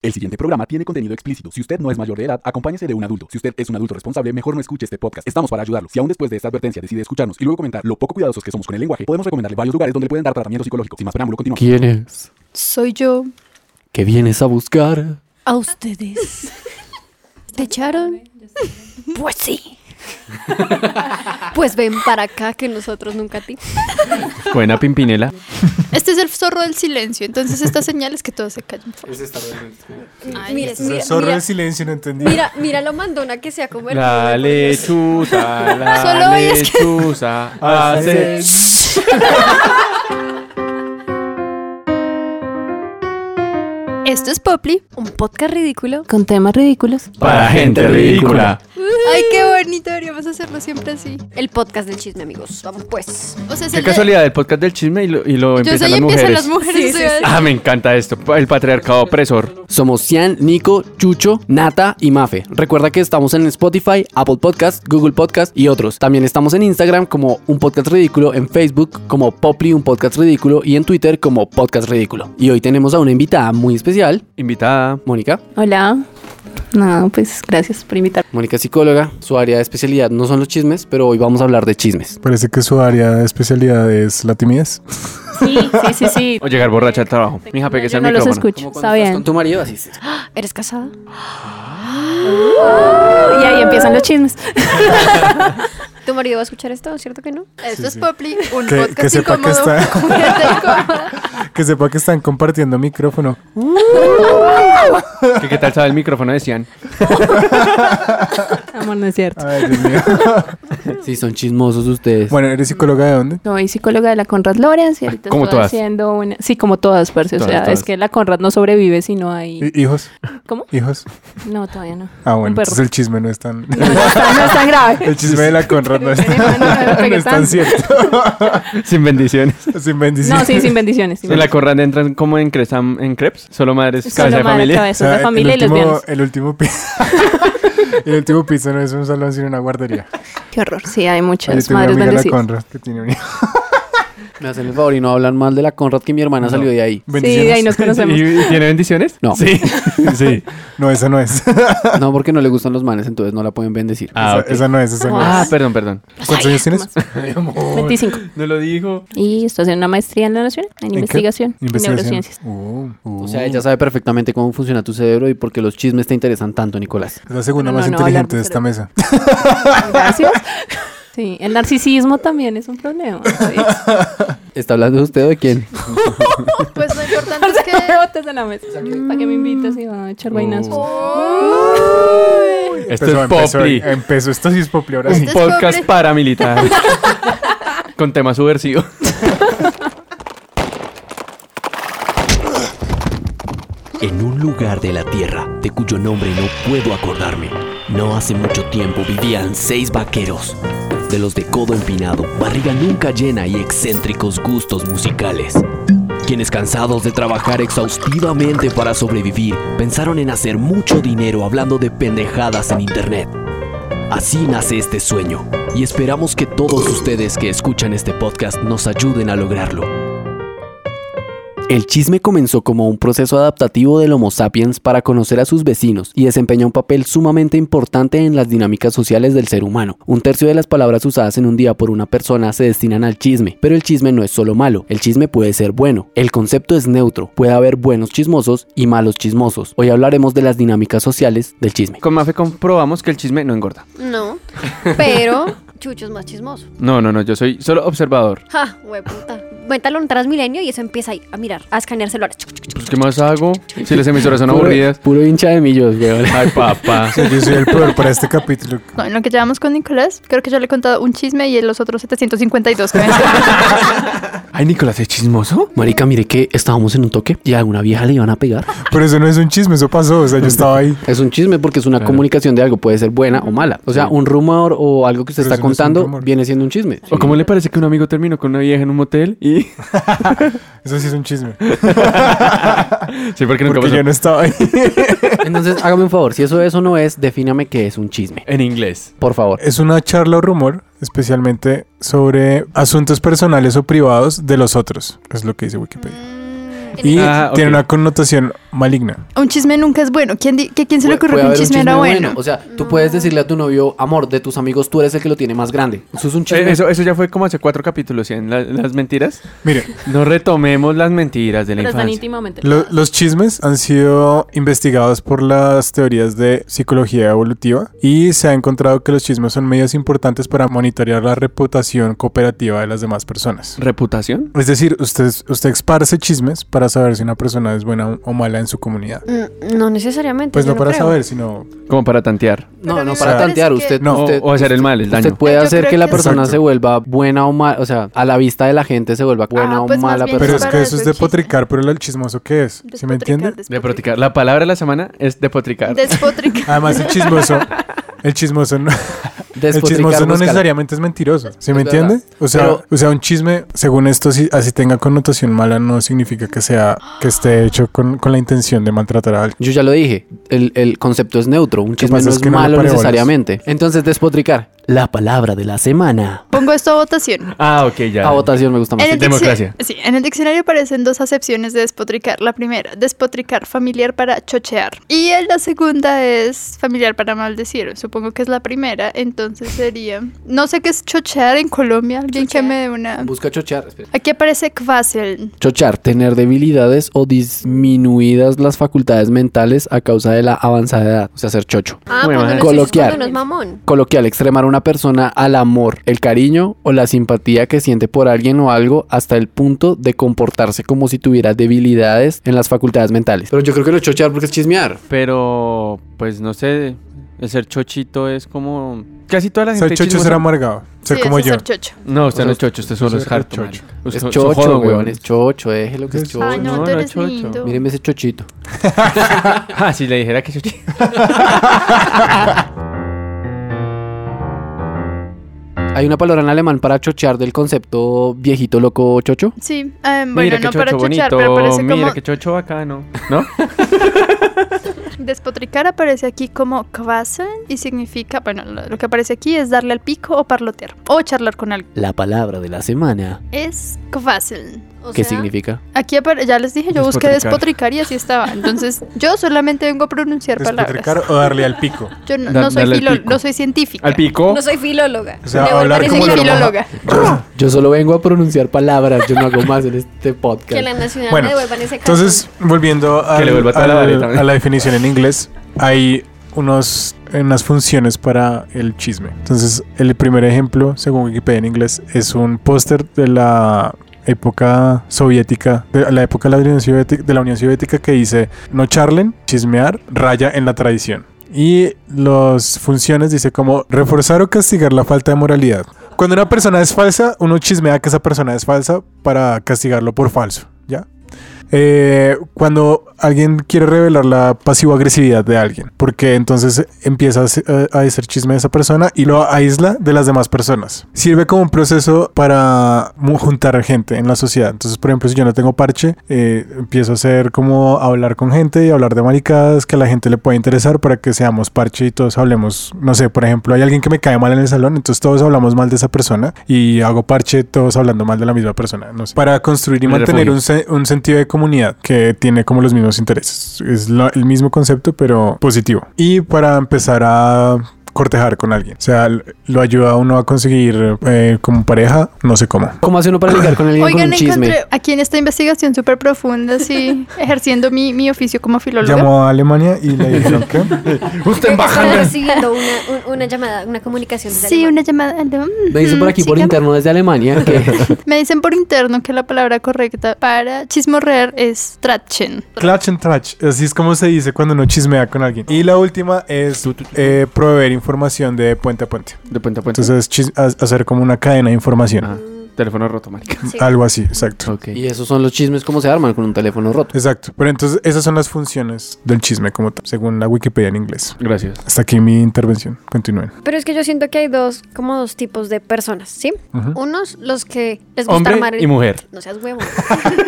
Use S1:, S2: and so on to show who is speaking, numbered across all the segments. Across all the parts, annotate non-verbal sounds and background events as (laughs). S1: El siguiente programa tiene contenido explícito. Si usted no es mayor de edad, acompáñese de un adulto. Si usted es un adulto responsable, mejor no escuche este podcast. Estamos para ayudarlo. Si aún después de esta advertencia decide escucharnos y luego comentar lo poco cuidadosos que somos con el lenguaje, podemos recomendarle varios lugares donde le pueden dar tratamiento psicológico. Sin más preámbulo, continuamos.
S2: ¿Quién es?
S3: Soy yo.
S2: ¿Qué vienes a buscar?
S3: A ustedes. ¿Te echaron? Pues sí. Pues ven para acá que nosotros nunca a ti.
S2: Buena Pimpinela.
S4: Este es el zorro del silencio, entonces esta señal es que todos se callen. por favor. Ay, este
S3: Mire,
S4: Dios.
S5: Eh,
S3: mira,
S6: el zorro
S3: mira,
S6: del silencio, no entendí.
S3: mira, mira lo mandona que se ha convertido.
S2: La lechuza, la
S4: Solo hoy es que-
S2: lechuza hace-
S3: Esto es Poply, un podcast ridículo.
S5: Con temas ridículos.
S2: para gente ridícula.
S4: Ay, qué bonito, deberíamos hacerlo siempre así.
S3: El podcast del chisme, amigos. Vamos pues.
S4: O sea, es
S2: Qué
S4: el de-
S2: casualidad, el podcast del chisme y lo, y lo
S4: Yo
S2: empiezan
S4: soy
S2: las
S4: empiezan
S2: mujeres.
S4: las mujeres.
S3: Sí, sí,
S4: iba a decir.
S2: Ah, me encanta esto, el patriarcado opresor.
S7: Somos Cian, Nico, Chucho, Nata y Mafe. Recuerda que estamos en Spotify, Apple Podcast, Google Podcast y otros. También estamos en Instagram como Un Podcast Ridículo, en Facebook como Poply Un Podcast Ridículo y en Twitter como Podcast Ridículo. Y hoy tenemos a una invitada muy especial,
S2: Invitada.
S7: Mónica.
S5: Hola. No, pues gracias por invitarme.
S7: Mónica es psicóloga, su área de especialidad no son los chismes, pero hoy vamos a hablar de chismes.
S6: Parece que su área de especialidad es la timidez.
S5: Sí, sí, sí, (laughs) sí.
S2: O llegar borracha al trabajo. Mija, pegues
S5: yo
S2: al
S5: no los
S2: micrófono.
S5: escucho. Está bien.
S7: con tu marido así.
S5: (gasps)
S3: ¿Eres casada?
S5: Y ahí empiezan los chismes.
S3: ¿Tu marido va a escuchar esto? ¿Cierto que no?
S4: Esto
S6: Sí,
S4: es
S6: sí.
S4: Poply, un
S6: Que-
S4: podcast
S6: que sepa que
S4: incómodo. (laughs)
S6: está-
S4: con gente incómoda.
S6: Que sepa que están compartiendo micrófono.
S5: (laughs)
S2: ¿Qué, qué tal sabe el micrófono? Decían.
S5: (laughs) Amor, no es cierto.
S6: Ay, Dios mío.
S7: Sí, son chismosos ustedes.
S6: (laughs) Bueno, ¿eres psicóloga de dónde?
S5: Soy psicóloga de la Conrad Lawrence y ahorita
S2: como
S5: estoy
S2: todas.
S5: haciendo una... Sí, como todas, parce. O
S2: Todas,
S5: sea,
S2: todas.
S5: es que la Conrad no sobrevive si no hay...
S6: ¿Y- ¿Hijos?
S5: ¿Cómo?
S6: ¿Hijos?
S5: No, todavía no.
S6: Ah, bueno,
S5: Un perro.
S6: entonces el chisme no es
S5: (laughs)
S6: tan...
S5: No, no es tan, no es tan grave.
S6: (laughs) El chisme de la Conrad
S5: (laughs)
S6: no es
S5: Pero,
S6: (laughs)
S5: pero, pero, pero,
S6: tan, no
S5: pero,
S6: es tan
S5: pero, (laughs)
S6: cierto.
S2: Sin bendiciones.
S6: Sin bendición.
S5: No, sí, sin bendiciones. sin
S2: En la corran entran como en, cresam, en crepes. Solo madres,
S5: bendiciones.
S2: cabeza
S5: Solo
S2: de
S5: madre,
S2: familia.
S6: O
S5: cabezas
S6: sea,
S5: de familia
S6: el
S5: y
S6: último,
S5: lesbianas.
S6: el último piso. (laughs) el último piso no es un salón, sino una guardería.
S5: Qué horror. Sí, hay
S6: Oye,
S5: muchas
S6: tengo una
S5: madres
S6: amiga la
S5: bendecidas.
S6: Conrad que tiene un hijo.
S7: Me hacen el favor y no hablan mal de la Conrad que mi hermana
S6: No.
S7: salió de ahí.
S5: Sí, de ahí nos conocemos.
S2: (laughs) ¿Y, y tiene bendiciones?
S7: No.
S2: Sí. sí.
S6: No, esa no es.
S7: No, porque no le gustan los manes, entonces no la pueden bendecir.
S2: Ah,
S6: esa, esa no es, esa no
S2: Ah,
S6: es.
S2: perdón, perdón.
S5: Pues
S6: ¿Cuántos años tienes? (laughs)
S5: 25.
S2: No lo dijo.
S5: Y estoy haciendo una maestría en la nación en,
S6: ¿En qué?
S5: investigación, en
S6: Investigación.
S5: neurociencias.
S6: Uh, uh.
S7: O sea, ella sabe perfectamente cómo funciona tu cerebro y por qué los chismes te interesan tanto, Nicolás.
S6: Es la segunda
S5: No, no,
S6: más
S5: no,
S6: inteligente de
S5: hablar
S6: esta
S5: de
S6: (laughs) mesa.
S5: Gracias. Sí, el narcisismo también es un problema. Sí.
S7: ¿Está hablando usted o de quién?
S4: Pues lo importante es que...
S3: (laughs)
S5: Me botas de la mesa para que me invites y va a echar
S2: Oh.
S5: vainazos.
S4: Uy.
S2: Esto es
S6: empezó,
S2: Poply.
S6: empezó. Esto sí es Poply ahora
S2: Un
S6: sí.
S4: Este es
S2: podcast
S4: pobre.
S2: paramilitar.
S4: (laughs)
S2: con tema subversivo.
S8: En un lugar de la Tierra, de cuyo nombre no puedo acordarme, no hace mucho tiempo vivían seis vaqueros, de los de codo empinado, barriga nunca llena y excéntricos gustos musicales, quienes cansados de trabajar exhaustivamente para sobrevivir, pensaron en hacer mucho dinero hablando de pendejadas en Internet. Así nace este sueño, y esperamos que todos ustedes que escuchan este podcast nos ayuden a lograrlo.
S7: El chisme comenzó como un proceso adaptativo del Homo sapiens para conocer a sus vecinos y desempeña un papel sumamente importante en las dinámicas sociales del ser humano. Un tercio de las palabras usadas en un día por una persona se destinan al chisme, pero el chisme no es solo malo, el chisme puede ser bueno. El concepto es neutro, puede haber buenos chismosos y malos chismosos. Hoy hablaremos de las dinámicas sociales del chisme.
S2: Con Mafe comprobamos que el chisme no engorda.
S3: (laughs) No. Pero Chucho es más chismoso.
S2: No, no, no, yo soy solo observador.
S3: Ja, hueputa. Cuéntalo en Transmilenio y eso empieza ahí a mirar, a escanear celulares.
S2: Pues, ¿qué más (laughs) hago? Si las emisoras son
S7: Puro-
S2: aburridas.
S7: Puro hincha de millos, weón.
S2: Ay, papá.
S5: Ah.
S6: O sea, yo soy el peor para
S5: (laughs)
S6: este capítulo.
S4: No, en lo que llevamos con Nicolás, creo que yo le he contado un chisme y en los otros 752 que me han-
S2: Ay, Nicolás, ¿es chismoso?
S7: (laughs) Marica, mire que estábamos en un toque y a una vieja le iban a pegar.
S6: Pero eso no es un chisme, eso pasó. O sea, yo estaba ahí.
S7: Es un chisme porque es una
S2: Claro.
S7: comunicación de algo, puede ser buena o mala. O sea, un rumor o algo que usted está
S6: Pero eso no es un
S7: contando
S6: rumor.
S7: viene siendo un chisme.
S2: ¿O cómo le parece que un amigo terminó con una vieja en un motel y...? (laughs)
S6: Eso sí es un chisme.
S2: Sí, porque nunca
S6: Porque
S2: pasó. Eh,
S6: yo no estaba ahí.
S7: (laughs) Entonces, hágame un favor, si eso es o no es, defíname qué es un chisme.
S2: En inglés.
S7: Por favor.
S6: (laughs) Es una charla o rumor, especialmente
S5: Mm,
S6: sobre asuntos personales o privados de los otros. Es lo que dice Wikipedia. Y
S2: Ah, ok.
S6: tiene una connotación maligna.
S4: (laughs) Un chisme nunca es bueno. ¿Quién, di- que- ¿quién se le
S7: Pu- puede
S4: ocurrió que un
S7: haber
S4: chisme era bueno?
S7: O sea, tú puedes decirle a tu novio, amor, de tus amigos tú eres el que lo tiene más grande. Eso es un
S2: Eh,
S7: chisme.
S2: Eso, eso ya fue como hace cuatro capítulos, ¿sí? En la- las mentiras.
S6: Mire,
S2: No retomemos las mentiras de la
S5: Pero están
S2: infancia.
S5: íntimamente.
S6: lo- los chismes han sido investigados por las teorías de psicología evolutiva y se ha encontrado que los chismes son medios importantes para monitorear la reputación cooperativa de las demás personas.
S2: ¿Reputación?
S6: Es decir, usted, usted esparce chismes para saber si una persona es buena o mala en su comunidad.
S3: Mm, No necesariamente.
S6: Pues
S3: yo
S6: no para
S3: creo.
S6: saber, sino
S2: Como para tantear.
S7: no,
S4: Pero
S7: no
S4: me
S7: para
S6: parece
S7: tantear.
S4: que-
S7: Usted,
S6: No,
S7: usted,
S2: o, o hacer el mal, el daño.
S7: usted puede
S4: Yo
S7: hacer
S4: creo
S7: que la
S4: que
S7: persona
S6: sí.
S7: se vuelva buena o mala. O sea, a la vista de la gente se vuelva buena
S4: Ah,
S7: o
S4: pues más
S7: mala
S4: bien
S6: Pero
S7: persona.
S6: es
S4: para
S6: que eso es
S4: eso el
S6: depotricar, pero el chismoso qué es, ¿sí me entiende?
S2: Depotricar. La palabra de la semana es depotricar.
S6: (laughs)
S4: Despotricar.
S6: Además el chismoso, el
S7: (laughs)
S6: chismoso no, el
S7: Despotricar,
S6: chismoso no
S7: búscala.
S6: necesariamente es mentiroso, ¿sí me
S7: Es verdad.
S6: entiende? O sea,
S7: Pero-
S6: o sea, un chisme, según esto, si, así tenga connotación mala, no significa que sea, que esté hecho con, con la intención de maltratar a alguien.
S7: Yo ya lo dije, el, el concepto es neutro, un chisme
S6: pasa
S7: no
S6: es
S7: es,
S6: que no le
S7: malo
S6: pare bolas.
S7: necesariamente. Entonces, despotricar. La palabra de la semana.
S4: Pongo esto a votación.
S2: Ah, ok, ya.
S7: A votación me gusta más.
S4: En el,
S2: democracia.
S4: diccio- sí, en el diccionario aparecen dos acepciones de despotricar. La primera, despotricar familiar para chochear. Y en la segunda es familiar para maldecir. Supongo que es la primera, entonces sería... No sé qué es chochear en Colombia. Alguien que
S3: Chochear.
S4: me dé una...
S7: Busca chochar. espera.
S4: Aquí aparece kvasel.
S7: Chochar, tener debilidades o disminuidas las facultades mentales a causa de la avanzada edad, o sea, ser chocho.
S3: Ah,
S2: Muy
S3: cuando
S2: mal.
S3: no, es-
S7: Coloquial.
S3: cuando no es mamón.
S7: Coloquial, extremar a una persona al amor, el cariño o la simpatía que siente por alguien o algo hasta el punto de comportarse como si tuviera debilidades en las facultades mentales. Pero yo creo que lo chochar porque es chismear.
S2: Pero, pues no sé. El ser chochito es como. Casi toda la gente.
S6: Ser chocho
S2: chismosa-
S6: ser amargado, ser
S4: Sí,
S6: como
S4: eso
S6: yo.
S4: Es ser chocho.
S2: No, usted
S6: O sea,
S2: no es chocho, usted solo
S6: usted
S2: es
S6: es
S2: harto.
S6: chocho.
S2: marica.
S7: Es
S2: Usted- usted
S7: chocho,
S2: jodo,
S7: weón, es chocho, déjelo que es chocho.
S4: Ay, no,
S2: no,
S4: tú
S2: no,
S4: eres
S2: chocho.
S4: lindo.
S7: Míreme ese chochito.
S2: (laughs)
S7: (laughs)
S2: Ah, si le dijera que es chocho.
S7: Hay una palabra en alemán para chochar del concepto viejito loco chocho.
S4: Sí, ah, bueno,
S2: Mira que
S4: no para
S2: chocho
S4: chochear,
S2: bonito.
S4: pero aparece como
S2: Mira que chocho bacano.
S4: (laughs)
S2: ¿No?
S4: Despotricar aparece aquí como kvasen y significa, bueno, lo lo que aparece aquí es darle al pico o parlotear o charlar con alguien.
S7: La palabra de la semana.
S4: Es kvasen.
S3: O
S7: ¿Qué
S3: sea,
S7: significa?
S4: Aquí apare- ya les dije, yo busqué
S2: Despotricar.
S4: despotricar y así estaba. Entonces, yo solamente vengo a pronunciar
S6: Despotricar
S4: palabras.
S6: o darle al
S4: (laughs)
S6: pico.
S4: Yo no,
S2: Da-
S4: no soy
S2: darle al
S4: filo-
S2: pico.
S4: no soy científica.
S2: Al pico.
S3: No soy filóloga.
S6: O sea,
S3: Me voy
S6: hablar
S3: para
S4: Soy
S6: como
S3: ese
S6: lo
S3: camino.
S4: filóloga.
S7: Yo solo vengo a pronunciar palabras, yo no hago más en este podcast.
S3: Que la nacional
S6: Bueno,
S3: me devuelvan ese cartón.
S6: Entonces, volviendo al-
S2: le vuelva toda la
S6: al-
S2: vareta.
S6: a la definición en inglés, hay unos, unas funciones para el chisme. Entonces, el primer ejemplo, según Wikipedia en inglés, es un póster de la época soviética, de la época de la Unión Soviética, de la Unión Soviética que dice, no charlen, chismear, raya en la tradición. Y las funciones dice como reforzar o castigar la falta de moralidad. Cuando una persona es falsa, uno chismea que esa persona es falsa para castigarlo por falso, ¿ya? Eh, cuando alguien quiere revelar la pasivo-agresividad de alguien, porque entonces empieza a se- a, a hacer chisme de esa persona y lo aísla de las demás personas. Sirve como un proceso para mu- juntar gente en la sociedad. Entonces, por ejemplo, si yo no tengo parche, eh, empiezo a hacer como hablar con gente y hablar de maricadas que a la gente le puede interesar para que seamos parche y todos hablemos. No sé, por ejemplo, hay alguien que me cae mal en el salón, entonces todos hablamos mal de esa persona y hago parche todos hablando mal de la misma persona. No sé. Para construir y
S2: El
S6: mantener
S2: refugio.
S6: un, se- un sentido de comunidad que tiene como los mismos intereses. Es la- el mismo concepto, pero positivo. Y para empezar a cortejar con alguien. O sea, l- lo ayuda a uno a conseguir eh, como pareja, no sé cómo.
S7: ¿Cómo hace uno para ligar con alguien con
S4: Oigan,
S7: un chisme?
S4: encontré aquí en esta investigación súper profunda, así,
S7: (laughs)
S4: ejerciendo mi, mi oficio como filóloga.
S6: Llamó a Alemania y le dijeron que...
S2: Usted
S3: Estaba
S2: embajador.
S3: recibiendo una, un- una llamada, una comunicación. desde
S4: Sí, una
S3: Alemania.
S4: llamada. de-
S7: Me dicen por aquí por
S4: Sigamos.
S7: interno desde Alemania (laughs) que
S4: Me dicen por interno que la palabra correcta para chismorrear es tratchen.
S6: Clutch and Trach, así es como se dice cuando uno chismea con alguien. Y la última es eh, proveer información de puente a puente.
S2: De puente a puente.
S6: Entonces, chis- ha- hacer como una cadena de información. Mm,
S2: Ah, teléfono roto, marica.
S3: Sí.
S6: Algo así, exacto.
S2: Ok.
S7: y esos son los chismes como se arman con un teléfono roto.
S6: Exacto. Pero entonces, esas son las funciones del chisme como tal, según la Wikipedia en inglés.
S2: Gracias.
S6: Hasta aquí mi intervención. Continúen.
S3: Pero es que yo siento que hay dos, como dos tipos de personas, ¿sí?
S6: Ujú.
S3: Unos los que les gusta
S2: Hombre
S3: armar el...
S2: y mujer.
S3: No seas huevo. (laughs)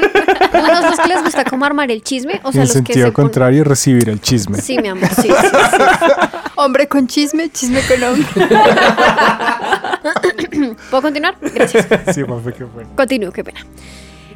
S3: Unos los que les gusta como armar el chisme, o
S6: Y
S3: sea, los
S6: en
S3: que
S6: sentido
S3: se pon-
S6: contrario, recibir el chisme.
S3: Sí, mi amor, sí, sí, sí.
S4: Hombre con chisme, chisme con hombre.
S7: (laughs)
S3: ¿Puedo continuar? Gracias.
S6: (laughs) Sí, fue que bueno.
S3: Continúo, qué pena.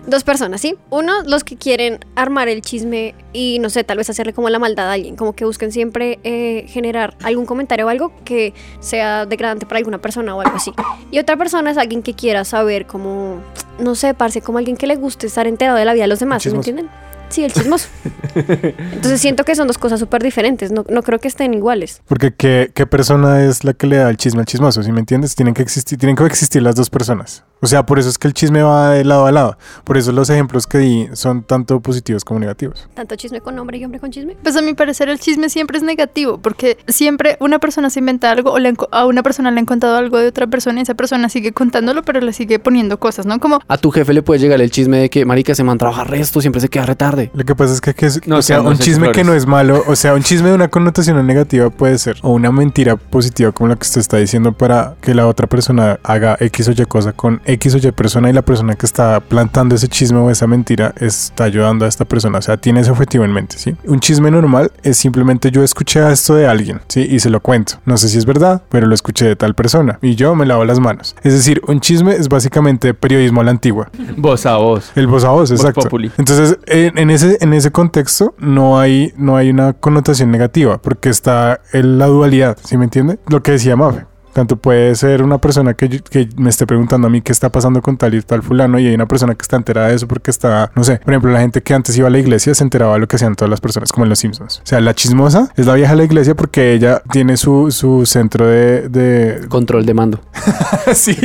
S3: Dos personas, ¿sí? Uno, los que quieren armar el chisme y no sé, tal vez hacerle como la maldad a alguien, como que busquen siempre eh, generar algún comentario o algo que sea degradante para alguna persona o algo así. Y otra persona es alguien que quiera saber como, no sé, parce, como alguien que le guste estar enterado de la vida de los demás, ¿sí ¿me
S6: chismoso.
S3: entienden? Sí, el chismoso. Entonces siento que son dos cosas súper diferentes, no, no creo que estén iguales.
S6: Porque ¿qué, qué persona es la que le da el chisme al chismoso, ¿sí me entiendes? Tienen que existir, tienen que existir las dos personas. O sea, por eso es que el chisme va de lado a lado. Por eso los ejemplos que di son tanto positivos como negativos.
S3: Tanto chisme con hombre y hombre con chisme.
S4: Pues a mi parecer el chisme siempre es negativo, porque siempre una persona se inventa algo o le han co- a una persona le han contado algo de otra persona y esa persona sigue contándolo, pero le sigue poniendo cosas, ¿no? Como
S7: A tu jefe le puede llegar el chisme de que, marica, ese man trabaja resto, siempre se queda retarde.
S6: Lo que pasa es que, que es-
S2: No,
S6: o sea,
S2: son
S6: un
S2: los
S6: chisme que
S2: explores.
S6: no es malo, o sea, un chisme de una connotación negativa puede ser, o una mentira positiva como la que usted está diciendo para que la otra persona haga X o Y cosa con X o Y persona y la persona que está plantando ese chisme o esa mentira está ayudando a esta persona, o sea, tiene ese objetivo en mente, ¿sí? Un chisme normal es simplemente yo escuché a esto de alguien, ¿sí? Y se lo cuento. No sé si es verdad, pero lo escuché de tal persona y yo me lavo las manos. Es decir, un chisme es básicamente periodismo a la antigua.
S2: Voz a voz.
S6: El voz a voz, exacto.
S2: populi.
S6: Entonces, en, en ese, en ese contexto no hay, no hay una connotación negativa, porque está el- la dualidad, ¿sí me entiende? Lo que decía Mafe. Tanto puede ser una persona que, yo- que me esté preguntando a mí qué está pasando con tal y tal fulano y hay una persona que está enterada de eso porque está, no sé, por ejemplo, la gente que antes iba a la iglesia se enteraba de lo que hacían todas las personas, como en Los Simpsons. O sea, la chismosa es la vieja de la iglesia porque ella tiene su, su centro de- de,
S7: Control de mando.
S6: (laughs) Sí,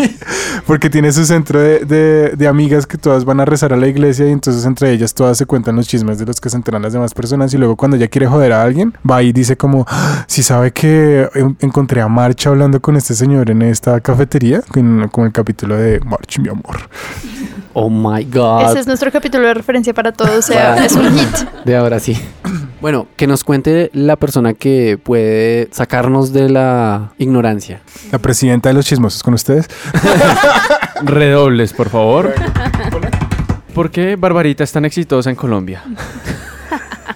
S6: porque tiene su centro de, de- de amigas que todas van a rezar a la iglesia y entonces entre ellas todas se cuentan los chismes de los que se enteran las demás personas y luego cuando ella quiere joder a alguien va y dice como, "Ah, si sabe que en- encontré a Marcha hablando con este señor en esta cafetería, en- como el capítulo de March, mi amor.
S7: Oh my
S8: Ah,
S7: god.
S4: ese es nuestro capítulo de referencia para todos, o sea,
S7: Claro.
S4: es un hit.
S8: (laughs)
S7: De ahora sí. (clears throat) Bueno, que nos cuente la persona que puede sacarnos de la ignorancia.
S6: La presidenta de los chismosos con ustedes.
S2: Redobles, por favor. ¿Por qué Barbarita es tan exitosa en Colombia?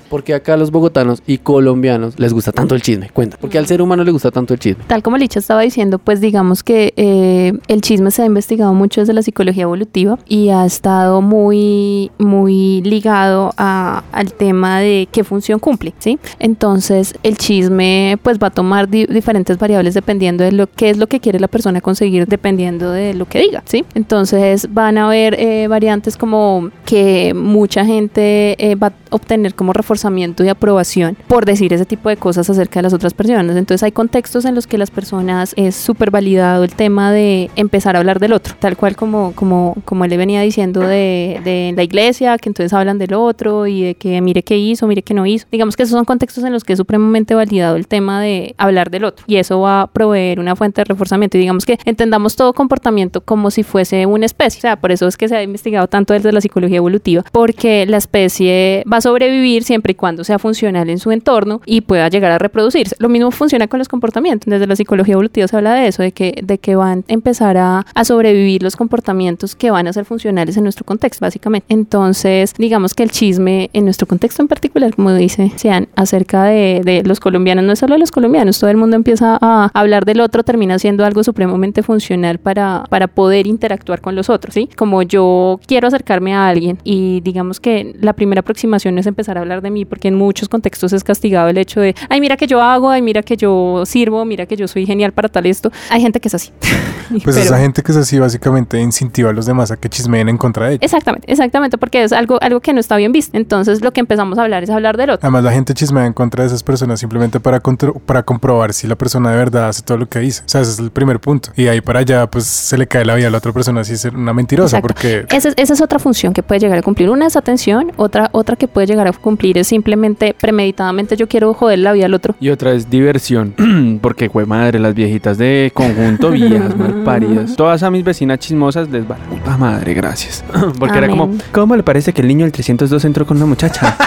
S7: Porque acá los bogotanos y colombianos les gusta tanto el chisme. Cuenta. Porque al ser humano le gusta tanto el chisme.
S5: Tal como Licha estaba diciendo, pues digamos que eh, el chisme se ha investigado mucho desde la psicología evolutiva y ha estado muy, muy ligado a- al tema de qué función cumple, ¿sí? Entonces el chisme pues va a tomar di- diferentes variables dependiendo de lo qué es lo que quiere la persona conseguir dependiendo de lo que diga, ¿sí? Entonces van a haber eh, variantes como que mucha gente eh, va a obtener como reforzamiento y aprobación por decir ese tipo de cosas acerca de las otras personas. Entonces hay contextos en los que las personas es súper validado el tema de empezar a hablar del otro, tal cual como, como, como él le venía diciendo de, de la iglesia, que entonces hablan del otro y de que mire qué hizo, mire qué no hizo. Digamos que esos son contextos en los que es supremamente validado el tema de hablar del otro y eso va a proveer una fuente de reforzamiento. Y digamos que entendamos todo comportamiento como si fuese una especie. O sea, por eso es que se ha investigado tanto desde la psicología evolutiva, porque la especie va a sobrevivir siempre y cuando sea funcional en su entorno y pueda llegar a reproducirse. Lo mismo funciona con los comportamientos. Desde la psicología evolutiva se habla de eso, de que, de que van a empezar a, a sobrevivir los comportamientos que van a ser funcionales en nuestro contexto, básicamente. Entonces, digamos que el chisme en nuestro contexto en particular, como dice Sean, acerca de, de los colombianos, no es solo los colombianos, todo el mundo empieza a hablar del otro, termina siendo algo supremamente funcional para, para poder interactuar con los otros, ¿sí? Como yo quiero acercarme a alguien y digamos que la primera aproximación es empezar a hablar de mí, porque en muchos contextos es castigado el hecho de, ay, mira que yo hago, ay, mira que yo sirvo, mira que yo soy genial para tal esto. Hay gente que es así.
S6: (laughs) Pues
S5: Pero-
S6: esa gente que es así básicamente incentiva a los demás a que chismeen en contra de ella.
S5: Exactamente, exactamente, porque es algo, algo que no está bien visto. Entonces lo que empezamos a hablar es hablar del otro.
S6: Además, la gente chismea en contra de esas personas simplemente para, contro- para comprobar si la persona de verdad hace todo lo que dice. O sea, ese es el primer punto. Y de ahí para allá, pues se le cae la vida a la otra persona si es una mentirosa,
S5: Exacto.
S6: porque
S5: Esa, es- esa es otra función que puede llegar a cumplir. Una es atención, otra, otra que puede llegar a cumplir es simplemente premeditadamente yo quiero joder la vida al otro.
S2: Y otra es diversión, (clears throat) porque jue madre, las viejitas de (laughs) conjunto, viejas malparidas. Todas a mis vecinas chismosas les van a puta madre, gracias. (clears throat) Porque era como,
S5: Amén.
S2: ¿cómo le parece que el niño del 302 entró con una muchacha?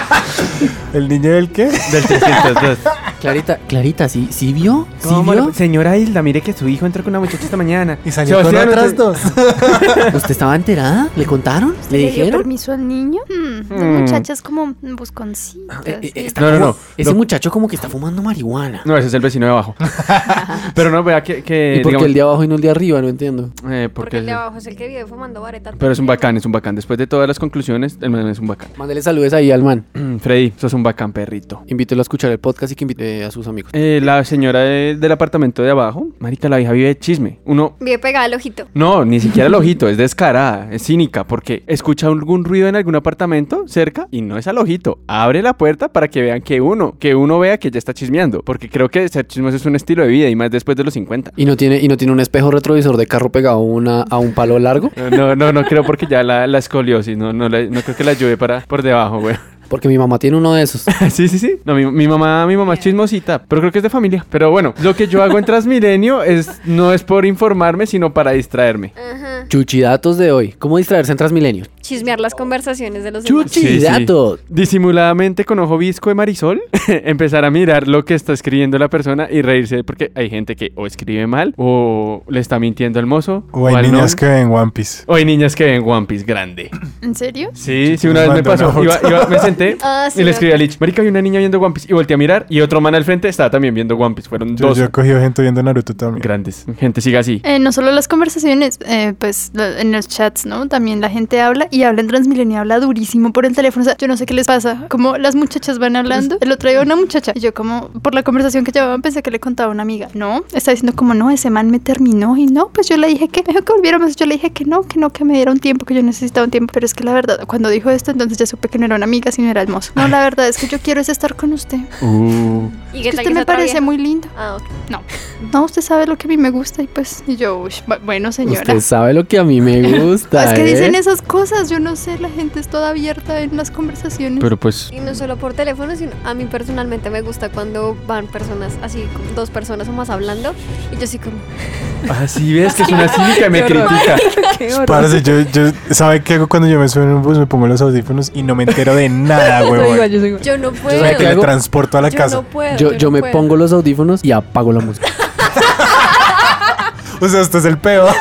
S6: el niño del qué?
S2: (laughs) del (laughs) 302.
S7: Ah, Clarita, Clarita, ¿sí, sí vio? ¿Sí
S2: ¿Cómo le-
S7: vio?
S2: Señora Hilda, mire que su hijo entró con una muchacha esta mañana.
S6: Y
S2: salió con otras
S6: dos.
S7: ¿Usted estaba enterada? ¿Le contaron? ¿Le
S4: dio
S7: dijeron?
S4: permiso al niño? Hmm. mm, la muchacha es como busconcita.
S8: Eh, eh,
S4: sí.
S8: está
S2: No, no,
S8: como-
S2: no.
S8: Ese
S2: Lo-
S8: muchacho como que está fumando marihuana.
S2: No, ese es el vecino de (laughs) abajo. Pero no, vea que. que
S7: ¿Y por qué
S2: digamos,
S7: el de abajo y no el de arriba? No entiendo.
S2: eh, porque
S3: Porque el de
S2: es-
S3: abajo es el que vive fumando vareta.
S2: Pero es un bacán, es un bacán. Después de todas las conclusiones, el man es un bacán. (clears throat)
S7: Mándele saludos ahí al man.
S2: Freddy, sos un bacán perrito.
S7: Invítelo a escuchar el podcast y que invite eh, a sus amigos.
S2: Eh, la señora de- del apartamento de abajo, Marica, la vieja vive de chisme. Uno,
S3: Vive pegada al ojito.
S2: No, ni siquiera el ojito, es descarada, es cínica, porque escucha algún ruido en algún apartamento cerca y no es al ojito. Abre la puerta para que vean que uno, que uno vea que ya está chismeando, porque creo que ser chismoso es un estilo de vida y más después de los 50.
S7: Y no tiene, y no tiene un espejo retrovisor de carro pegado a una, a un palo largo.
S2: No, No, no, no creo porque ya la, la escoliosis, no, no, la- no creo que la ayude para por debajo, güey.
S7: Porque mi mamá tiene uno de esos.
S2: (laughs) Sí, sí, sí. No, mi, mi mamá, mi mamá es chismosita, pero creo que es de familia. Pero bueno, lo que yo hago en Transmilenio es no es por informarme, sino para distraerme.
S3: Ajá.
S7: Chuchidatos de hoy. ¿Cómo distraerse en Transmilenio?
S3: Chismear las conversaciones de los demás.
S2: Sí, sí.
S7: Chuchidatos.
S2: disimuladamente con ojo visco de Marisol, (laughs) empezar a mirar lo que está escribiendo la persona y reírse porque hay gente que o escribe mal o le está mintiendo al mozo
S6: O hay
S2: al
S6: niñas
S2: non.
S6: que ven One Piece.
S2: o hay niñas que ven One Piece grande.
S4: ¿En serio?
S2: Sí, sí, una vez me
S6: Manda una
S2: pasó. Iba-
S6: foto.
S2: iba- me senté
S3: Ah, sí,
S2: y le
S3: me
S2: escribí a Lich, marica, hay una niña viendo One Piece y volteé a mirar y otro man al frente estaba también viendo One Piece. Fueron
S6: Yo,
S2: dos
S6: yo he cogido gente viendo Naruto también.
S2: grandes. Gente siga así.
S4: Eh, no solo las conversaciones, eh, pues la- en los chats, ¿no? También la gente habla y habla en Transmilenio, habla durísimo por el teléfono. O sea, yo no sé qué les pasa. Como las muchachas van hablando,
S3: Pues,
S4: lo traía una muchacha. Y yo como, por la conversación que llevaban, pensé que le contaba a una amiga. No, está diciendo como, no, ese man me terminó. Y no, pues yo le dije que, (laughs) me dijo que volviéramos. Yo le dije que no, que no, que me diera un tiempo, que yo necesitaba un tiempo. Pero es que la verdad, cuando dijo esto, entonces ya supe que no era una amiga, sino era el mozo. No, la verdad es que yo quiero es estar con usted.
S2: Uh,
S3: ¿Y
S4: Que
S3: qué tal
S4: usted
S3: que
S4: me
S3: sea otra
S4: parece
S3: vieja?
S4: muy lindo.
S3: Ah, ok.
S4: No, usted sabe lo que a mí me gusta. Y pues, y yo, "Ush, bu- bueno, señora.
S7: Usted sabe lo que a mí me gusta.
S4: Es que dicen
S7: ¿eh?
S4: esas cosas, yo no sé, la gente es toda abierta en las conversaciones.
S2: pero pues
S3: Y no solo por teléfono, sino a mí personalmente me gusta cuando van personas así, como dos personas o más hablando, y yo así como, (laughs)
S2: así Ah, ves que es una cínica y me
S5: Qué horror.
S2: critica.
S5: Qué horror.
S6: Parce, yo, yo, ¿sabe qué hago cuando yo me subo en un bus? Me pongo los audífonos y no me entero de nada,
S5: Soy igual,
S6: güey.
S5: yo soy igual.
S3: yo no puedo.
S6: Yo me
S7: ¿Sabe qué hago?
S6: teletransporto a la
S3: yo
S6: casa.
S3: no puedo.
S7: Yo, yo
S3: no
S7: me
S3: puedo.
S7: pongo los audífonos y apago la música.
S6: O sea, esto es el peor.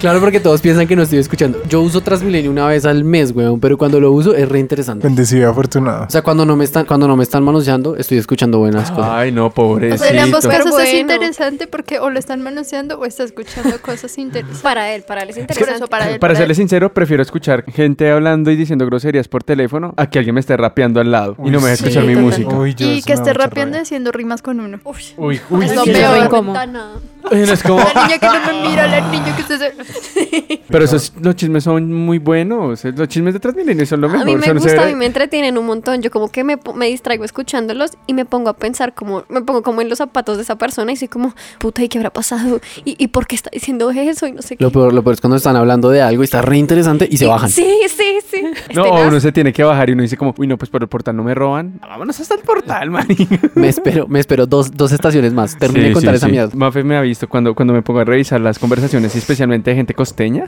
S7: Claro, porque todos piensan que no estoy escuchando. Yo uso Transmilenio una vez al mes, weón, pero cuando lo uso es re interesante.
S6: Bendecido y afortunado.
S7: O sea, cuando no me están, cuando no me están manoseando, estoy escuchando buenas cosas.
S2: Ay, no, pobrecito.
S4: o sea, en ambos
S3: Pero
S4: casos es
S3: bueno.
S4: interesante porque o lo están manoseando o está escuchando
S6: (laughs)
S4: cosas interesantes.
S3: Para él, para él es
S4: Por
S3: interesante.
S4: eso, para él.
S2: Para
S4: para
S2: serles sincero, prefiero escuchar gente hablando y diciendo groserías por teléfono a que alguien me esté rapeando al lado y
S6: Uy,
S2: no me deje
S6: sí,
S2: escuchar mi
S4: total.
S2: música.
S6: Uy,
S4: él.
S6: Dios,
S4: Y que
S6: me da
S4: esté
S6: mucha
S4: rapeando y
S6: rabia.
S4: haciendo rimas con
S6: (laughs)
S4: uno.
S3: Uy,
S2: Uy,
S4: Es
S3: sí,
S4: lo
S3: yo
S4: peor.
S3: soy
S5: incómodo.
S3: ventana.
S2: Ay, no, es como-
S4: La niña que no me mira, la niña que se... se-
S2: Pero esos, los chismes son muy buenos. eh, Los chismes de Transmilenio son lo mejor.
S3: A mí me
S2: son- se
S3: gusta, a
S2: ve-
S3: mí me entretienen un montón. Yo como que me, po- me distraigo escuchándolos y me pongo a pensar como, me pongo como en los zapatos de esa persona y soy como, puta, ¿y qué habrá pasado? ¿Y, y por qué está diciendo eso? Y no sé qué.
S7: Lo peor, lo peor es cuando están hablando de algo y está re interesante y se
S3: Y-
S7: bajan.
S3: Sí, sí, sí. Este, Es
S2: No,
S3: tenaz.
S2: uno se tiene que bajar y uno dice como, uy, no, pues por el portal no me roban. Ah, Vámonos hasta el portal, man.
S7: Me espero, me espero dos, dos estaciones más. Terminé
S2: Sí,
S7: de contar
S2: sí,
S7: esa
S2: sí.
S7: mierda.
S2: Mafe me ha visto cuando, cuando me pongo a revisar las conversaciones, y especialmente de gente costeña.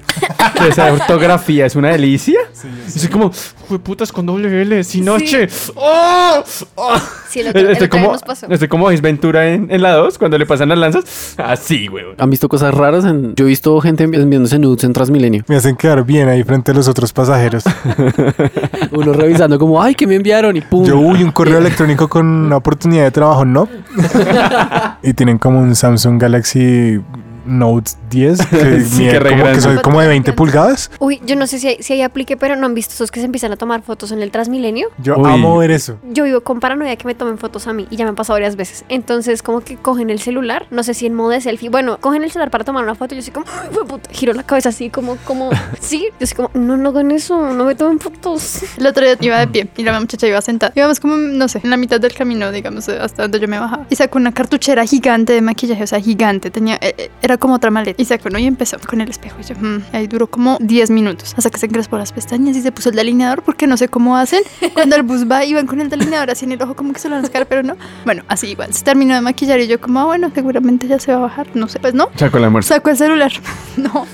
S2: que esa ortografía es una delicia. y soy como, "Jue putas con doble L, sin noche. ¡Oh! ¡Oh!
S3: Sí, el otro, el
S2: estoy
S3: otro día
S2: como,
S3: nos pasó.
S2: estoy como Ace Ventura en, en la 2, cuando le pasan las lanzas. Ah, Así, güey.
S7: ¿Han visto cosas raras? En- Yo he visto gente envi- enviándose nudes en Transmilenio.
S6: Me hacen quedar bien ahí frente a los
S2: (laughs)
S6: otros pasajeros.
S7: Uno revisando como, ay, que me enviaron y pum.
S6: Yo, uy,
S2: (laughs)
S6: un correo electrónico con una oportunidad de trabajo, no. y tienen como un Samsung Galaxy Note 10,
S2: (laughs)
S6: que,
S2: Sí,
S6: mide
S2: que re
S6: como, que
S2: grande.
S6: soy como de 20 pulgadas.
S3: Uy, yo no sé si hay, si hay aplique, pero no han visto esos que se empiezan a tomar fotos en el Transmilenio.
S6: Yo
S2: Uy.
S6: amo ver eso.
S3: Yo vivo con paranoia que me tomen fotos a mí y ya me han pasado varias veces. Entonces, como que cogen el celular, no sé si en modo de selfie. Bueno, cogen el celular para tomar una foto y yo soy como, "Ay, puta", giro la cabeza así, como,
S2: (laughs)
S3: como, sí. Yo soy como, no, no hagan eso, no me tomen fotos.
S4: (laughs) El otro día iba de pie y la muchacha iba sentada. Íbamos como, no sé, en la mitad del camino, digamos, eh, hasta donde yo me bajaba. Y sacó una cartuchera gigante de maquillaje, o sea, gigante. Tenía, eh, eh, era como otra maleta. Y sacó uno y empezó con el espejo. Y yo, "Mm". ahí duró como 10 minutos hasta que se encrespó las pestañas y se puso el delineador porque no sé cómo hacen. Cuando el bus va y van con el delineador así en el ojo como que se lo van a sacar, pero no. Bueno, así igual. Se terminó de maquillar y yo como, ah, bueno, seguramente ya se va a bajar. No sé, pues no.
S2: Chaco la muerte.
S4: Sacó el celular. (laughs) No.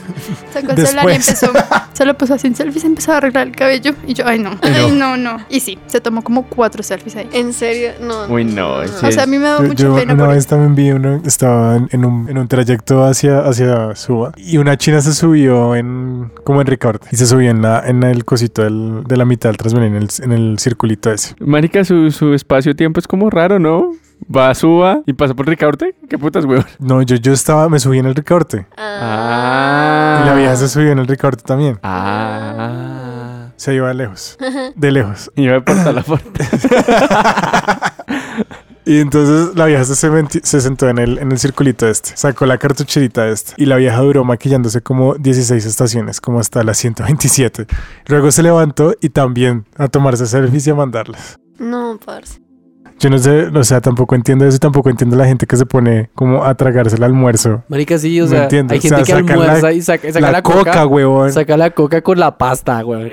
S4: Sacó el celular y
S6: Después.
S4: empezó. Se lo puso así en selfies, empezó a arreglar el cabello. Y yo, ay no. Ay no, no. Y sí, se tomó como cuatro selfies ahí.
S3: En serio, no.
S2: Uy, no. ese
S4: O sea, a
S2: es-
S4: mí me da
S6: Yo,
S4: mucha
S6: yo
S4: pena
S6: una
S4: por
S6: vez también vi uno, estaba en, en un, en un trayecto hacia, hacia Suba y una china se subió en como en Ricaurte y se subió en, la, en el cosito del- de la mitad del Transmilenio, en el, en el circulito ese.
S2: Marica, su, su espacio-tiempo es como raro, ¿no? Va a Suba y pasa por Ricaurte. ¿Qué putas, weón?
S6: No, yo, yo estaba, me subí en el Ricaurte
S4: Ah.
S6: y la vieja se subió en el Ricaurte también.
S2: Ah.
S6: Se iba de lejos, de lejos. (laughs)
S2: Y yo me porta la puerta.
S6: Y entonces la vieja se, sementi- se sentó en el, en el circulito este, sacó la cartucherita este y la vieja duró maquillándose como 16 estaciones, como hasta las 127. Luego se levantó y también a tomarse selfies y a mandarlas.
S3: No, parce.
S6: Yo no sé, o sea, tampoco entiendo eso y tampoco entiendo la gente que se pone como a tragarse el almuerzo.
S7: Marica, sí, o
S6: No
S7: sea,
S6: entiendo,
S7: hay
S6: o
S7: gente
S6: sea,
S7: que
S6: saca la-
S7: almuerza y saca, saca la,
S6: la coca, huevón.
S7: Saca la coca con la pasta, güey.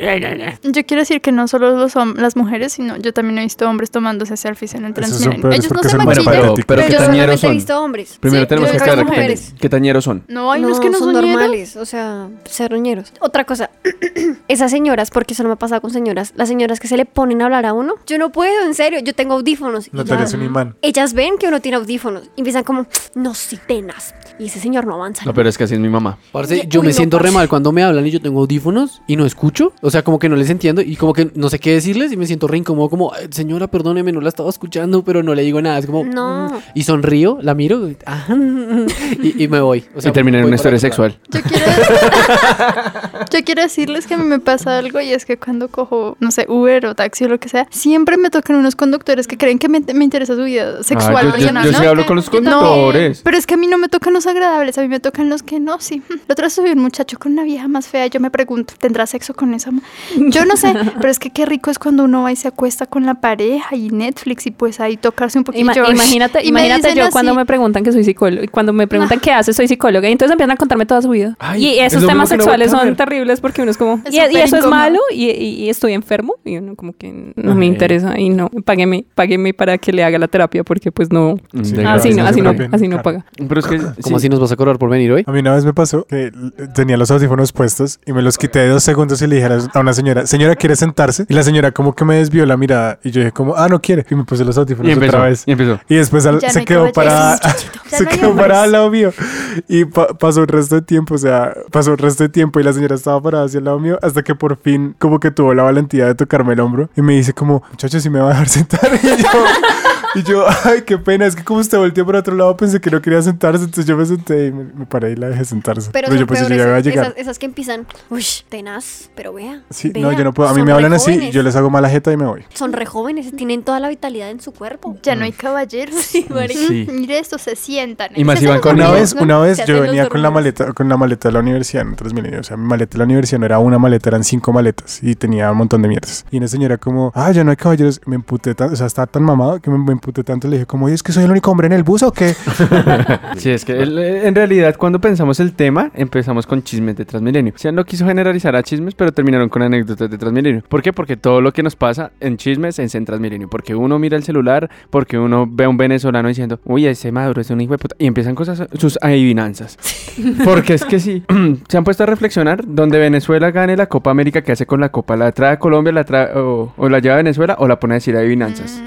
S4: Yo quiero decir que no solo los hom- las mujeres, sino yo también he visto hombres tomándose selfies en el
S6: Esos
S4: Transmilenio.
S6: son peores
S4: Ellos no
S6: porque
S4: se
S6: son más
S4: maquillan,
S6: Bueno,
S4: pero,
S6: pero- pero
S3: Pero
S2: ¿qué
S3: yo
S2: tañeros
S3: solamente he
S2: son?
S3: visto hombres.
S2: Primero
S3: Sí,
S2: tenemos
S3: yo
S2: que
S3: he
S4: creo que
S2: aclarar
S3: visto
S2: qué tañ-
S3: mujeres.
S2: qué tañeros son.
S4: No, hay
S3: no,
S4: unos que no
S3: son
S4: son ñeros.
S3: normales, o sea, cerroñeros. Otra cosa, (clears throat) esas señoras, porque eso no me ha pasado con señoras, las señoras que se le ponen a hablar a uno, yo no puedo, en serio, yo tengo audífonos. y ya.
S6: Natalia es un imán.
S3: Ellas ven que uno tiene audífonos y empiezan como, no, si tenas. Y ese señor no avanza.
S2: No, pero es que así es mi mamá.
S7: Parce,
S3: Ye-
S7: yo
S3: uy,
S7: me
S3: no,
S7: siento re
S3: parce.
S7: mal cuando me hablan y yo tengo audífonos y no escucho. O sea, como que no les entiendo y como que no sé qué decirles y me siento re incómodo. Como, "Ay, señora, perdóneme, no la estaba escuchando, pero no le digo nada. Es como,
S3: No.
S7: mm, y sonrío, la miro ajá, mm, y, y me voy. O sea,
S2: y terminar en
S7: voy
S2: una
S7: para
S2: historia
S7: otro lado.
S2: sexual.
S4: Yo quiero, (laughs) yo quiero decirles que a mí me pasa algo y es que cuando cojo, no sé, Uber o taxi o lo que sea, siempre me tocan unos conductores que creen que me, me interesa su vida sexual.
S2: Ah, yo- yo-
S4: personal,
S2: yo
S4: ¿no?
S2: sí hablo con los
S4: No,
S2: conductores.
S4: pero es que a mí no me tocan los agradables, a mí me tocan los que no, sí. La otra vez subió un muchacho con una vieja más fea y yo me pregunto, ¿tendrá sexo con esa? mu-? Yo
S2: (laughs)
S4: no sé, pero es que qué rico es cuando uno va y se acuesta con la pareja y Netflix y pues ahí tocarse un poquito.
S5: Ima-
S4: Yo-
S5: imagínate
S4: y me
S5: imagínate
S4: dicen
S5: yo
S4: así, Ah.
S5: cuando me preguntan que soy psicólogo y cuando me preguntan qué haces soy psicóloga y entonces empiezan a contarme toda su vida
S2: Ay,
S5: y
S2: es
S5: esos
S2: lo mismo
S5: temas
S2: que no voy a
S5: sexuales son
S2: caber.
S5: terribles porque uno es como
S4: Es
S5: y, y
S4: súper
S5: eso es
S4: incómodo.
S5: malo y, y- y estoy enfermo y uno como que no me
S7: Ay.
S5: interesa y no págueme págueme para que le haga la terapia porque pues no
S6: Sí,
S2: De
S6: claro,
S2: gratis.
S5: así no
S6: sí,
S5: así no
S6: terapia,
S5: así no
S6: claro.
S5: paga
S2: Pero es que. sí.
S7: ¿Cómo así nos vas a cobrar por venir hoy?
S6: A mí una vez me pasó que eh, tenía los audífonos puestos y me los quité de dos segundos y le dije a la- a una señora, señora, ¿quiere sentarse? Y la señora como que me desvió la mirada y yo dije como, ah, no quiere. Y me puse los
S2: Y
S6: audífonos
S2: empezó.
S6: otra vez.
S2: Y empezó.
S6: Y después al-
S4: Ya no
S6: se
S4: hay
S6: quedó para
S4: caballeros, muchachito. (laughs) Ya
S6: se
S4: no hay
S6: quedó
S4: hombres.
S6: parada al lado mío y pa- pasó el resto de tiempo, o sea, pasó el resto de tiempo y la señora estaba parada hacia el lado mío hasta que por fin como que tuvo la valentía de tocarme el hombro y me dice como, muchacho, si me va a dejar sentar (laughs) y yo... Y yo, ay, qué pena, es que como usted volteó para otro lado pensé que no quería sentarse, entonces yo me senté y me, me paré y la dejé sentarse.
S3: Pero,
S6: Pero,
S3: son
S6: yo pues yo
S3: peores
S6: ya iba a
S3: esas-
S6: llegar.
S3: Esas, esas que empiezan, uy, tenaz, pero vea.
S6: Sí,
S3: vea,
S6: no, yo no puedo, a mí
S3: son
S6: me
S3: re
S6: hablan así,
S3: jóvenes,
S6: yo les hago mala jeta y me voy.
S3: Son re jóvenes, tienen toda la vitalidad en su cuerpo.
S4: Ya no hay caballeros. (laughs)
S2: marica. Mm. Sí.
S4: Mm, Mire esto, se sientan.
S2: Y más iban con
S6: Una
S2: No,
S6: vez, una vez
S3: se hacen
S6: yo
S3: los
S6: venía con la
S3: dormidos.
S6: maleta, con la maleta de la universidad en Transmilenio. O sea, mi maleta de la universidad no era una maleta, eran cinco maletas y tenía un montón de mierdas. Y una señora como, ah, ya no hay caballeros. Me emputé tanto, o sea, estaba tan mamado que me, me emputé tanto. Le dije como, oye, es que soy el único hombre en el bus o qué. (laughs)
S2: Sí, es que el- eh, en realidad cuando pensamos el tema, empezamos con chismes de Transmilenio. O sea, no quiso generalizar a chismes, pero terminaron con anécdotas de Transmilenio. ¿Por qué? Porque todo lo que nos pasa en chismes es en Transmilenio. Porque uno mira el celular, porque uno ve a un venezolano diciendo, uy, ese maduro es un hijo de puta. Y empiezan cosas, sus adivinanzas. (laughs) Porque es que sí, (clears throat) se han puesto a reflexionar donde Venezuela gane la Copa América, ¿qué hace con la Copa? ¿La trae a Colombia, la trae, o, o la lleva a Venezuela o la pone a decir adivinanzas?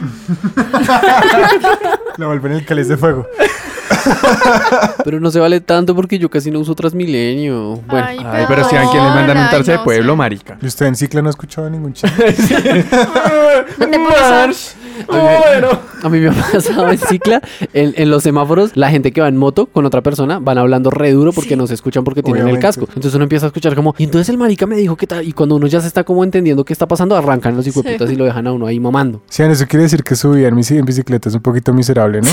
S6: La vuelven el cáliz de fuego.
S7: Pero no se vale tanto porque yo casi no uso Transmilenio. Bueno,
S4: Ay,
S2: Ay, pero si a quién le mandan un tarce de pueblo, marica.
S6: Y usted en cicla no ha escuchado ningún chiste.
S2: (laughs) Mars. Bueno.
S7: a mí me ha pasado en cicla, en, en los semáforos, la gente que va en moto con otra persona van hablando re duro porque no se escuchan porque tienen el
S6: Obviamente.
S7: casco. Entonces uno empieza a escuchar como, y entonces el marica me dijo que tal. Y cuando uno ya se está como entendiendo qué está pasando, arrancan los hijueputas y lo dejan a uno ahí mamando.
S6: Sean, eso quiere decir que su vida en, bici- en bicicleta es un poquito miserable, ¿no?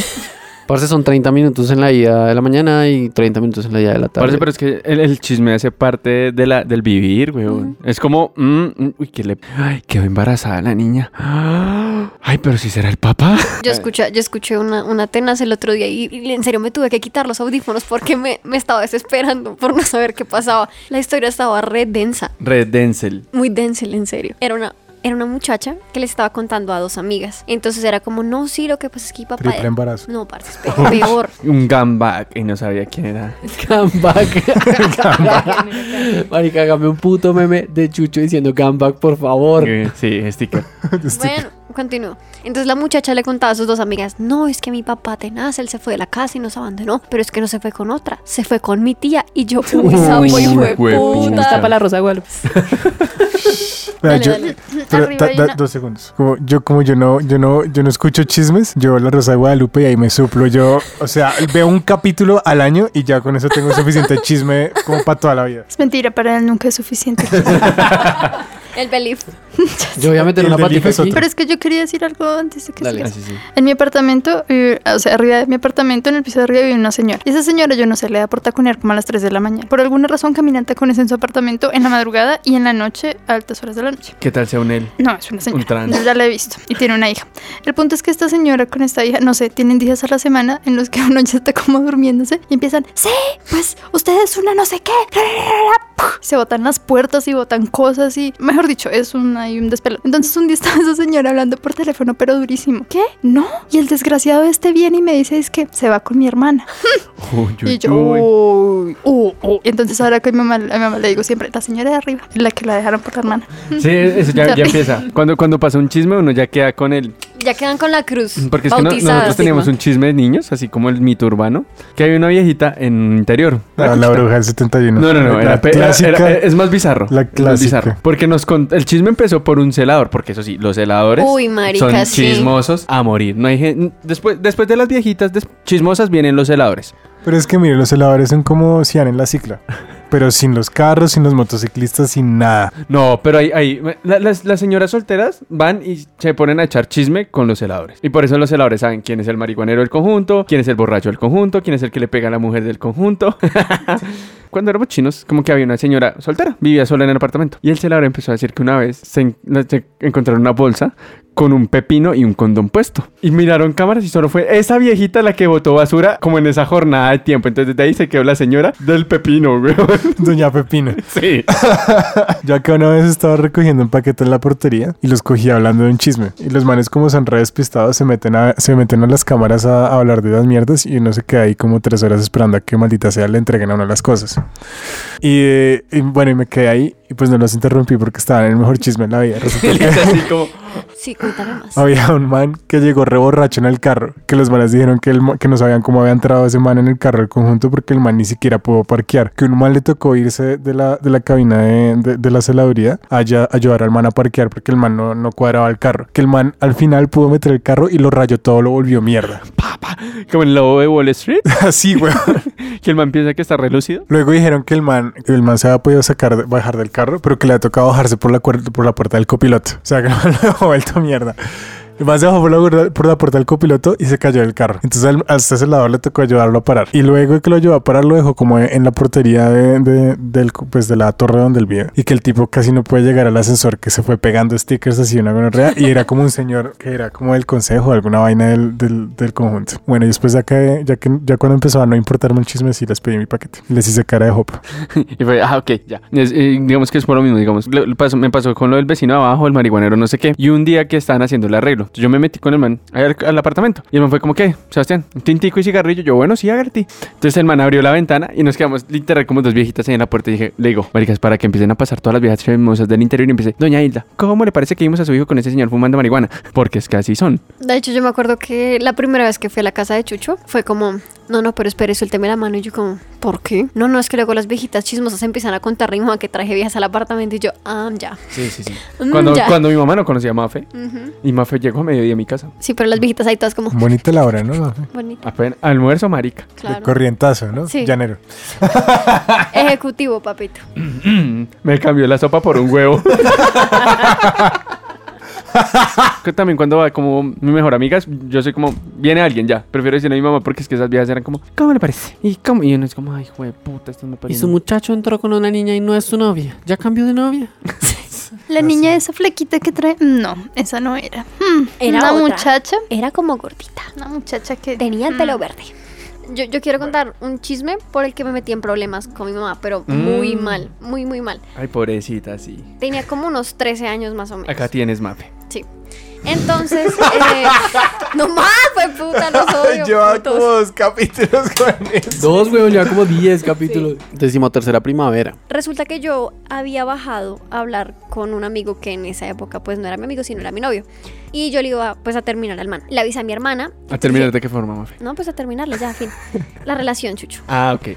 S7: Parce, son 30 minutos en la ida de la mañana y 30 minutos en la ida de la tarde. (laughs)
S2: Parce, pero es que el, el chisme hace parte de la, del vivir, weón. Es como, mm, mm, uy, que le. Ay, quedó embarazada la niña. (gasps) Ah, Ay, pero si será el papá.
S3: Yo escuché, yo escuché una, una tenaz el otro día y, y en serio me tuve que quitar los audífonos porque me, me estaba desesperando por no saber qué pasaba. La historia estaba re densa,
S2: (laughs) Red Denzel.
S3: muy densa, en serio. Era una, era una muchacha que le estaba contando a dos amigas. Entonces era como, no, sí, lo que pasa es que mi papá...
S6: Triple embarazo.
S3: No, parce, es peor. peor.
S2: Un comeback y no sabía quién era.
S7: Comeback. Marica, hágame un puto meme de Chucho diciendo comeback, por favor.
S2: Eh, Sí, sticker.
S3: bueno, Continúo. Entonces la muchacha le contaba a sus dos amigas, no, es que mi papá tenaz, él se fue de la casa y nos abandonó, pero es que no se fue con otra, se fue con mi tía y yo, uy, sapo,
S5: Uy,
S3: hijo de
S2: hueputa.
S5: Nos tapa
S3: puta.
S5: la rosa de Guadalupe. (laughs)
S6: Vea,
S3: Dale,
S6: yo-
S3: dale.
S6: pero
S3: Arriba
S6: da-
S3: hay
S6: da-
S3: una-
S6: dos segundos. Como yo como yo no yo no yo no escucho chismes, yo la Rosa de Guadalupe y ahí me suplo. Yo, o sea, veo un capítulo al año y ya con eso tengo suficiente
S3: (laughs)
S6: chisme como para toda la vida.
S4: Es mentira, para él nunca
S2: (laughs)
S4: es suficiente.
S3: El belief.
S7: Yo voy a meter
S6: El
S7: una
S6: del
S7: patita
S6: hijo es
S7: aquí.
S4: Pero es que yo quería decir algo antes de que
S7: Dale.
S4: sigas.
S2: sí, sí.
S4: En mi apartamento, eh, o sea, arriba de mi apartamento, en el piso de arriba, vive una señora. Y esa señora, yo no sé, le da por taconear como a las 3 de la mañana. Por alguna razón, caminan tacones en su apartamento en la madrugada y en la noche, a altas horas de la noche.
S2: ¿Qué tal sea un él?
S4: No, es una señora.
S2: Un trans.
S4: Yo ya la he visto. Y tiene una hija. El punto es que esta señora con esta hija, no sé, tienen días a la semana en los que (laughs) uno ya está como durmiéndose y empiezan, sí, pues usted es una no sé qué. Se botan las puertas y botan cosas y, mejor dicho, es un, hay un despelo. Entonces un día estaba esa señora hablando por teléfono, pero durísimo. ¿Qué? No. Y el desgraciado este viene y me dice, es que se va con mi hermana.
S2: (laughs) Uy, uy,
S4: Y yo,
S2: uy.
S4: uy, uy, uy. Entonces ahora que mi mamá, a mi mamá le digo siempre, la señora de arriba, la que la dejaron por la hermana.
S2: Sí, eso (laughs) ya, ya empieza. Cuando, cuando pasa un chisme, uno ya queda con el.
S3: Ya quedan con la cruz.
S2: Porque es que no-
S3: bautizada.
S2: nosotros teníamos un chisme de niños, así como el mito urbano, que había una viejita en un interior.
S6: La, la bruja del 71.
S2: No, no, no.
S6: La
S2: era pe- era-
S6: clásica.
S2: era- es más bizarro.
S6: La
S2: es más
S6: clásica.
S2: bizarro, porque nos con- el chisme empezó por un celador, porque eso sí, los celadores
S3: Uy, marica,
S2: son
S3: sí.
S2: chismosos a morir. No hay gen- después, después de las viejitas des- chismosas vienen los celadores.
S6: Pero es que mire, los heladores son como Cian en la cicla. Pero sin los carros, sin los motociclistas, sin nada. (laughs)
S2: No, pero ahí, ahí la- las, las señoras solteras van y se ponen a echar chisme con los celadores. Y por eso los celadores saben quién es el marihuanero del conjunto, quién es el borracho del conjunto, quién es el que le pega a la mujer del conjunto. (laughs) Cuando éramos chinos, como que había una señora soltera, vivía sola en el apartamento. Y el celador empezó a decir que una vez se, en- se encontraron una bolsa con un pepino y un condón puesto. Y miraron cámaras y solo fue esa viejita la que botó basura como en esa jornada de tiempo. Entonces desde ahí se quedó la señora del pepino, güey.
S6: Doña Pepina.
S2: Sí.
S6: Yo acá una vez estaba recogiendo un paquete en la portería y los cogí hablando de un chisme. Y los manes como son re despistados se meten a, se meten a las cámaras a, a hablar de las mierdas y uno se queda ahí como tres horas esperando a que maldita sea le entreguen a uno las cosas. Y, eh, y bueno, y me quedé ahí y pues no los interrumpí porque estaban en el mejor chisme en la vida. Resulta que
S2: Así como...
S3: Sí, cuéntame más.
S6: (laughs) había un man que llegó re borracho en el carro, que los manes dijeron que, el, ma- que no sabían cómo había entrado ese man en el carro del conjunto porque el man ni siquiera pudo parquear, que un man le tocó irse de la, de la cabina de, de- de la celaduría a ya- ayudar al man a parquear porque el man no, no cuadraba el carro, que el man al final pudo meter el carro y lo rayó todo, lo volvió mierda.
S2: (laughs)
S6: (laughs)
S2: Como el lobo de Wall Street,
S6: Así, güey.
S2: que el man piensa que está relúcido.
S6: Luego dijeron que el man, el man se había podido sacar, de- bajar del carro, pero que le ha tocado bajarse por la, cuer- por la puerta del copiloto. O sea, que el man (laughs) lo dejó vuelto mierda. El man se bajó por la, guerra- por la puerta del copiloto y se cayó del carro. Entonces al, al celador le tocó ayudarlo a parar. Y luego de que lo ayudó a parar, lo dejó como en la portería de, de- del, co- pues, de la torre donde él vive. Y que el tipo casi no puede llegar al ascensor, que se fue pegando stickers así una gonorrea. Y era como un señor que era como del consejo, alguna vaina del, del, del conjunto. Bueno, y después ya que, ya que ya cuando empezó a no importarme el chisme, sí les pedí mi paquete. Les hice cara de hopa.
S2: Y fue, ah, ok, ya. Es- eh, digamos que es por lo mismo, digamos. Lo- lo pasó- me pasó con lo del vecino de abajo, el marihuanero, no sé qué. Y un día que estaban haciendo el arreglo, entonces yo me metí con el man al, al apartamento. Y el man fue como, ¿qué? Sebastián, un tintico y cigarrillo. Yo, bueno, sí, agarti. Entonces el man abrió la ventana y nos quedamos literal como dos viejitas ahí en la puerta. Y dije, le digo, maricas, para que empiecen a pasar todas las viejas hermosas del interior. Y empecé, doña Hilda, ¿cómo le parece que vimos a su hijo con ese señor fumando marihuana? Porque es que así son.
S3: De hecho, yo me acuerdo que la primera vez que fui a la casa de Chucho fue como, no, no, pero espere, suélteme la mano. Y yo como, ¿por qué? No, no, es que luego las viejitas chismosas empiezan a contar rima que traje viejas al apartamento. Y yo, ah, ya.
S2: Sí, sí, sí.
S3: Mm,
S2: Cuando,
S3: ya.
S2: cuando mi mamá no conocía a Mafe,
S3: Ujú.
S2: y Mafe llegó a mediodía a mi casa.
S3: Sí, pero las viejitas ahí todas como,
S2: Mm.
S6: Bonita
S3: (laughs)
S6: la hora, ¿no?
S3: bonito,
S2: Apenas almuerzo, marica.
S3: claro.
S6: Corrientazo, ¿no?
S3: Sí.
S6: Llanero.
S3: Ejecutivo, papito.
S2: Me cambió la sopa por un (laughs) huevo. Que También cuando va como mi mejor amiga, yo soy como, viene alguien ya. Prefiero decirle a mi mamá porque es que esas viejas eran como, ¿cómo le parece? Y, cómo? y uno es como, ay, jue puta, esto me
S7: Y
S2: parece.
S7: su muchacho entró con una niña y no es su novia. ¿Ya cambió de novia?
S3: Ah,
S4: La niña esa flequita que trae. No, esa no era. Hmm,
S3: Era
S4: una
S3: otra.
S4: muchacha.
S3: Era como gordita.
S4: Una muchacha que.
S3: Tenía el
S4: Mm.
S3: pelo verde. Yo, yo quiero contar un chisme por el que me metí en problemas con mi mamá, pero muy
S2: Mm.
S3: mal, muy, muy mal.
S2: Ay, pobrecita, sí.
S3: Tenía como unos 13 años más o menos.
S2: Acá tienes mape.
S3: Sí. Entonces, eh, no más, fue puta, los odio.
S6: lleva como dos capítulos con eso.
S9: Dos, weón, ya como 10 capítulos.
S7: Decimotercera primavera.
S3: Resulta que yo había bajado a hablar con un amigo que en esa época pues no era mi amigo, sino era mi novio. Y yo le iba pues a terminar al man. Le avisé a mi hermana.
S2: ¿A terminar de qué forma, (laughs) Mafe?
S3: No, pues a terminarle ya, fin. La relación, Chucho.
S9: Ah, ok.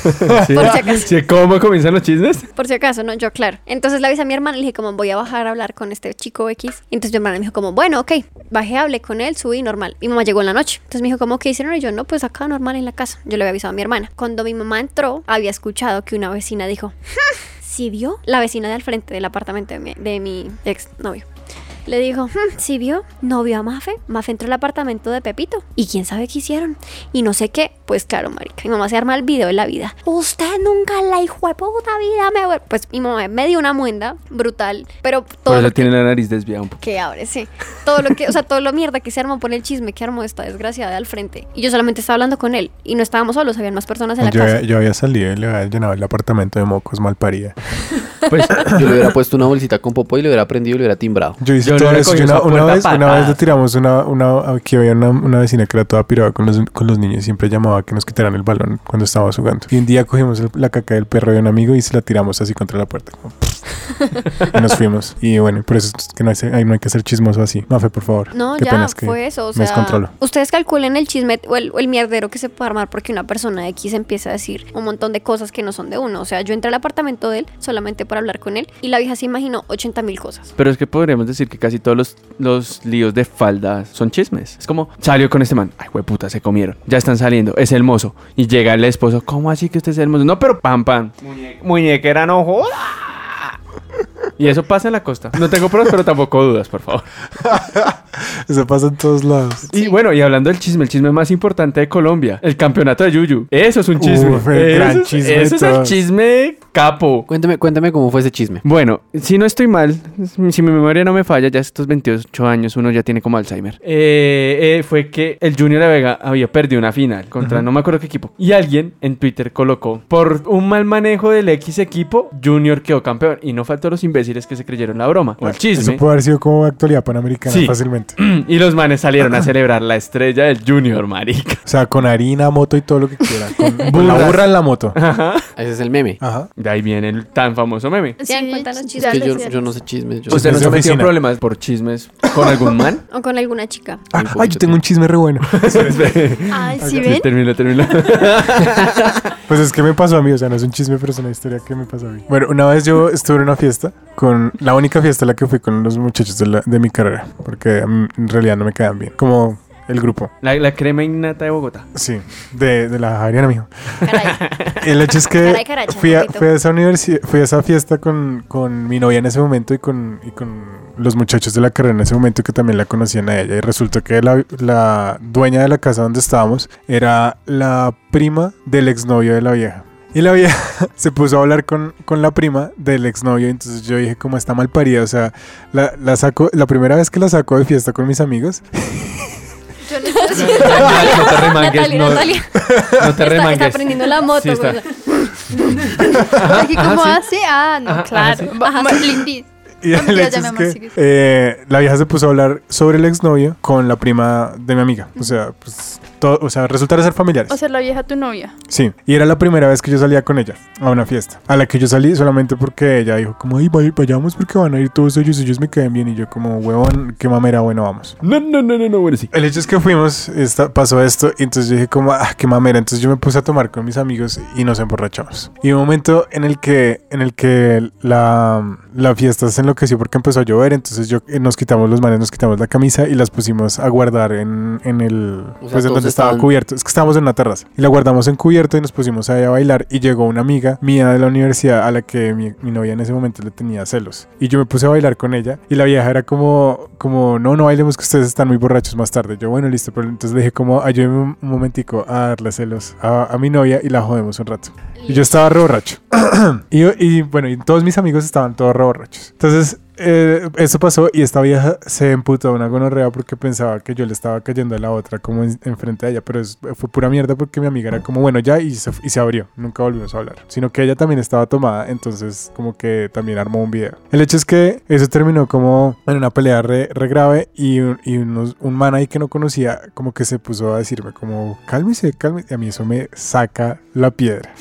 S3: Por si acaso.
S2: Sí, ¿Cómo comienzan los chismes?
S3: Por si acaso, no, yo, claro. Entonces le avisé a mi hermana, le dije, como voy a bajar a hablar con este chico X. Y entonces mi hermana me dijo, como, bueno, ok, bajé, hablé con él, subí, normal. Mi mamá llegó en la noche. Entonces me dijo, como, ¿qué hicieron? Y yo, no, pues acá normal en la casa. Yo le había avisado a mi hermana. Cuando mi mamá entró, había escuchado que una vecina dijo, si vio? La vecina de al frente del apartamento de mi, de mi ex novio. Le dijo, "Hmm, si vio? No vio a Mafe. Mafe entró al apartamento de Pepito. ¿Y quién sabe qué hicieron? Y no sé qué. Pues claro, marica. Mi mamá se arma el video de la vida. Usted nunca en la hijo de puta vida me... vuel-". Pues mi mamá me dio una muenda brutal. Pero
S2: Por
S7: Pues
S3: todo
S2: eso
S3: lo
S2: tiene la nariz desviada un poco.
S3: que abre, sí. Todo lo que... O sea, todo lo mierda que se armó por el chisme que armó esta desgraciada al frente. Y yo solamente estaba hablando con él. Y no estábamos solos. Habían más personas en la
S6: Yo, había-
S3: casa.
S6: yo había salido y le había llenado el apartamento de mocos mal parida.
S2: Pues
S7: Yo le hubiera puesto una bolsita con popo y le hubiera prendido y le hubiera timbrado.
S6: Yo hice
S2: Yo le
S6: todo
S2: hubiera
S6: eso.
S2: cogido
S6: Yo una,
S2: esa
S6: una
S2: puerta a
S6: vez, una
S2: patadas.
S6: vez le tiramos una, una aquí había una, una vecina que era toda pirada con los, con los niños. Siempre llamaba que nos quitaran el balón cuando estábamos jugando. Y un día cogimos el- la caca del perro de un amigo y se la tiramos así contra la puerta. como, y nos fuimos. Y bueno, por eso es que no hay, ahí no hay que ser chismoso así. Mafe, por favor.
S3: No,
S6: Qué
S3: ya,
S6: pena, es que
S3: fue eso. O
S6: me
S3: sea,
S6: descontrolo.
S3: ustedes calculen el chisme o el, o el mierdero que se puede armar porque una persona X empieza a decir un montón de cosas que no son de uno. O sea, yo entré al apartamento de él solamente para hablar con él y la vieja se imaginó 80 mil cosas.
S2: Pero es que podríamos decir que casi todos los, los líos de falda son chismes. Es como, salió con este man. Ay, puta, se comieron. Ya están saliendo. Es el mozo. Y llega el esposo. ¿Cómo así que usted es el mozo? No, pero pam, pam. Muñequera, no joda. Y eso pasa en la costa. No tengo pruebas, pero tampoco dudas, por favor.
S6: Eso pasa en todos lados.
S2: Y bueno, y hablando del chisme, el chisme más importante de Colombia, el campeonato de Yuyu. Eso es un chisme.
S6: Uf, el
S2: Eso
S6: gran
S2: es-
S6: chisme de
S2: eso es el
S6: todas.
S2: chisme capo.
S7: Cuéntame, cuéntame cómo fue ese chisme.
S2: Bueno, si no estoy mal, si mi memoria no me falla, ya estos 28 años uno ya tiene como Alzheimer. Eh, eh, fue que el Junior de Vega había perdido una final contra no me acuerdo qué equipo. Y alguien en Twitter colocó, por un mal manejo del X equipo, Junior quedó campeón. Y no faltó los imbéciles que se creyeron la broma o el
S6: Eso
S2: chisme.
S6: puede haber sido como actualidad panamericana
S2: Sí. (clears throat)
S6: fácilmente.
S2: Y los manes salieron a celebrar la estrella del Junior, marica.
S6: O sea, con harina, moto y todo lo que quiera. Con, con la
S2: Burras.
S6: burra en la moto.
S7: Ese es el meme.
S6: Ajá.
S2: De ahí viene el tan famoso meme.
S3: Se dan cuenta los
S7: Es
S3: chismes.
S7: que
S4: lo
S7: yo,
S4: siento.
S7: yo no sé chismes. Yo
S2: ¿Usted no
S6: desde
S2: se ha metido en
S6: oficina.
S2: problemas por chismes con algún
S6: (laughs)
S2: man?
S3: O con alguna chica.
S6: Ah,
S7: Tiempo,
S6: ay,
S7: mucho
S6: yo tengo un chisme re bueno.
S4: Ay, si
S2: Sí,
S4: ven.
S2: (laughs) termina, termina.
S6: Pues es que me pasó a mí, o sea, no es un chisme, pero es una historia que me pasó a mí. Bueno, una vez yo estuve en una fiesta, con la única fiesta a la que fui con los muchachos de, la- de mi carrera, porque a mí en realidad no me quedan bien, como el grupo,
S2: La, la crema innata de Bogotá.
S6: sí, de, de la Javeriana, mijo. (laughs)
S3: Caray.
S6: El hecho es
S3: Caray,
S6: que
S3: caracha,
S6: fui a,
S3: papito.
S6: fui a esa universidad, fui a esa fiesta con, con mi novia en ese momento y con, y con los muchachos de la carrera en ese momento que también la conocían a ella. Y resultó que la, la dueña de la casa donde estábamos era la prima del exnovio de la vieja. Y la vieja (laughs) se puso a hablar con, con la prima del exnovio. y Entonces yo dije, como está mal parida. O sea, la, la saco, la primera vez que la saco de fiesta con mis amigos,
S4: Yo
S7: (laughs)
S4: no sé si-
S2: no te remangues,
S3: Natalia,
S2: no,
S3: Natalia.
S2: no te
S3: Está,
S2: remangues.
S3: está aprendiendo la moto.
S2: Sí, está.
S3: güey.
S4: Aquí como así, ah, no,
S2: Ajá,
S4: claro.
S3: Ajá,
S4: Ajá, Lindy.
S6: Y
S4: Ah,
S6: el
S4: ya,
S6: hecho
S4: ya,
S6: es
S4: mi amor, sigue.
S6: que eh, la vieja se puso a hablar sobre el exnovio con la prima de mi amiga. O sea, pues, todo, o sea, resultaron ser familiares.
S4: O sea, la vieja tu novia.
S6: sí. Y era la primera vez que yo salía con ella a una fiesta. A la que yo salí solamente porque ella dijo, como, ay, vay- vayamos porque van a ir todos ellos, ellos me caen bien. Y yo, como, huevón, qué mamera, bueno, vamos.
S2: No, no, no, no, no, bueno, sí.
S6: (laughs) El hecho es que fuimos, esta- pasó esto, y entonces yo dije como, ah, qué mamera. Entonces yo me puse a tomar con mis amigos y nos emborrachamos. Y un momento en el que, en el que la, la fiesta se enloqueció porque empezó a llover, entonces yo eh, nos quitamos los manes, nos quitamos la camisa y las pusimos a guardar en, en el,
S7: sea,
S6: pues en
S7: todos
S6: donde estaba
S7: estaban-
S6: cubierto. Es que estábamos en una terraza. Y la guardamos en cubierto y nos pusimos ahí a bailar y llegó una amiga mía de la universidad a la que mi, mi novia en ese momento le tenía celos. Y yo me puse a bailar con ella y la vieja era como, como, no, no bailemos que ustedes están muy borrachos más tarde. Yo, bueno, listo, pero entonces le dije como, ayúdeme un un momentico a darle celos a, a mi novia y la jodemos un rato. Y yo estaba re borracho. y, y, bueno, y todos mis amigos estaban todos re borrachos. Entonces eh, eso pasó y esta vieja se emputó a una gonorrea porque pensaba que yo le estaba cayendo a la otra como en- enfrente de ella, pero es- fue pura mierda porque mi amiga era como, bueno, ya y se, y se abrió, nunca volvimos a hablar, sino que ella también estaba tomada, entonces como que también armó un video. El hecho es que eso terminó como en una pelea re, re grave y, un- y unos- un man ahí que no conocía como que se puso a decirme como, cálmese, cálmese, y a mí eso me saca la piedra.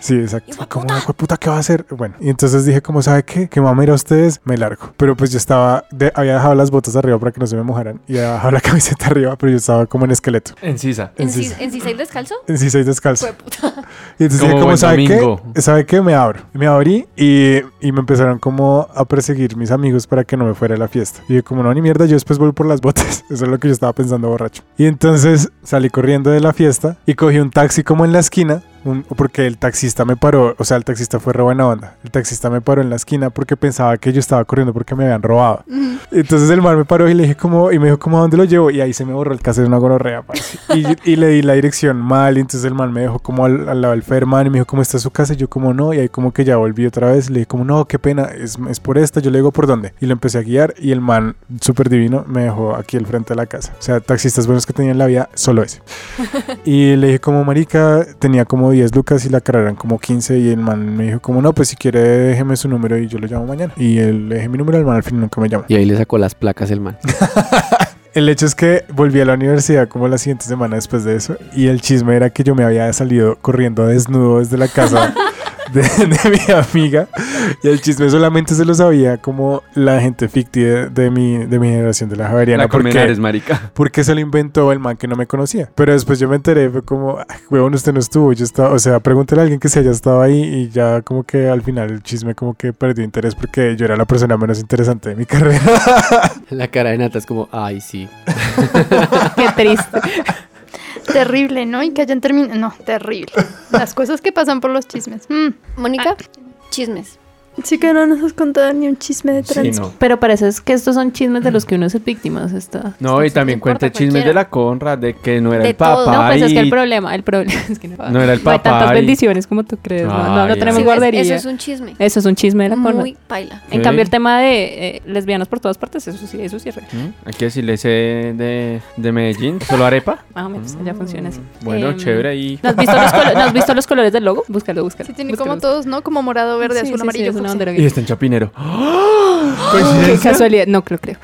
S6: Sí, exacto. Fue como, "Hijo de puta, ¿qué va a hacer? Bueno, y entonces dije, como, ¿sabe qué? Que me va a mirar a ustedes, me largo. Pero pues yo estaba, de- había dejado las botas arriba para que no se me mojaran y había dejado la (laughs) camiseta arriba, pero yo estaba como en esqueleto.
S2: En Sisa.
S6: En
S3: ¿En
S6: sí,
S3: Cis- en Cisel descalzo?
S6: en sí, seis descalzo.
S3: Fue puta.
S6: (laughs) Y entonces
S2: Como
S6: dije, como,
S2: buen
S6: ¿sabe
S2: domingo.
S6: qué? ¿Sabe qué? Me abro. Me abrí y, y me empezaron como a perseguir mis amigos para que no me fuera a la fiesta. Y dije, como no, ni mierda, yo después voy por las botas. (laughs) Eso es lo que yo estaba pensando borracho. Y entonces salí corriendo de la fiesta y cogí un taxi como en la esquina. un- porque el taxista me paró, o sea, el taxista fue re buena onda. El taxista me paró en la esquina porque pensaba que yo estaba corriendo porque me habían robado.
S4: Mm.
S6: Entonces el mar me paró y le dije como, y me dijo como, ¿a dónde lo llevo? Y ahí se me borró el cassette de una gonorrea, parce. y, y le di la dirección mal, y entonces el man me dejó como al, al lado del Ferman y me dijo, ¿cómo está su casa? Y yo como, no, y ahí como que ya volví otra vez, le dije como, no, qué pena, es, es por esta, yo le digo, ¿por dónde? Y lo empecé a guiar, y el man, súper divino, me dejó aquí al frente de la casa. O sea, taxistas buenos que tenía en la vía, solo ese. Y le dije como marica, tenía como 10 lucas y la cargaron como 15 y el man me dijo como no, pues si quiere déjeme su número y yo lo llamo mañana. Y él le dejé mi número, el man al fin nunca me llama.
S7: Y ahí le sacó las placas el man. (laughs)
S6: El hecho es que volví a la universidad como la siguiente semana después de eso y el chisme era que yo me había salido corriendo desnudo desde la casa de, de mi amiga y el chisme solamente se lo sabía como la gente fictiva de mi, de mi generación de la Javeriana
S2: La Colmenares, marica.
S6: porque se lo inventó el man que no me conocía. Pero después yo me enteré, fue como, "Ay, huevón, usted no estuvo. Yo estaba, o sea, pregúntale a alguien que se haya estado ahí y ya como que al final el chisme como que perdió interés porque yo era la persona menos interesante de mi (laughs) carrera.
S7: La cara de Nata es como, ay, sí.
S5: Qué triste.
S4: Terrible, ¿no? Y que hayan terminado. No, terrible. Las cosas que pasan por los chismes. Mm.
S3: Mónica,
S2: Ah.
S3: chismes.
S4: Sí que no nos has contado ni un chisme de
S2: Sí,
S4: trans.
S2: no.
S5: Pero parece es que estos son chismes de los que uno es el víctima. o sea, está-
S2: No, y también
S3: no importa,
S2: cuenta el chisme de
S3: cualquiera.
S2: la conra, de que no era
S3: De
S2: el
S3: todo.
S2: papá.
S3: No,
S5: No, pues es que el
S2: y-
S5: problema, el problema (laughs) es que no,
S2: No era el
S5: no hay tantas
S2: papá y-
S5: bendiciones como tú crees. No, no, no
S2: Ay,
S5: tenemos
S2: ay.
S3: Sí,
S5: guardería.
S3: es- Eso es
S5: eso,
S3: un chisme.
S2: Eh,
S5: es un chisme de la corona.
S3: Muy paila.
S5: En
S2: Ok.
S5: cambio, el tema de eh, lesbianas por todas partes, eso sí, eso sí es real.
S2: ¿Mm? Aquí decirle ese de, de Medellín, solo arepa.
S5: Más o menos, ya funciona así.
S2: Mm, Bueno,
S5: Em,
S2: chévere ahí.
S5: ¿No has, visto los colo- ¿No has visto los colores del (laughs) logo? Búscalo, búscalo.
S4: Sí, tiene como
S5: búscalo.
S4: todos, ¿no? Como morado, verde,
S5: Sí,
S4: azul,
S5: sí,
S4: amarillo,
S5: sí, es una
S4: fucsia.
S5: bandera
S2: Y
S5: gay.
S2: está
S3: (gasps)
S2: en Chapinero. Pues,
S5: Qué casualidad, no creo, creo.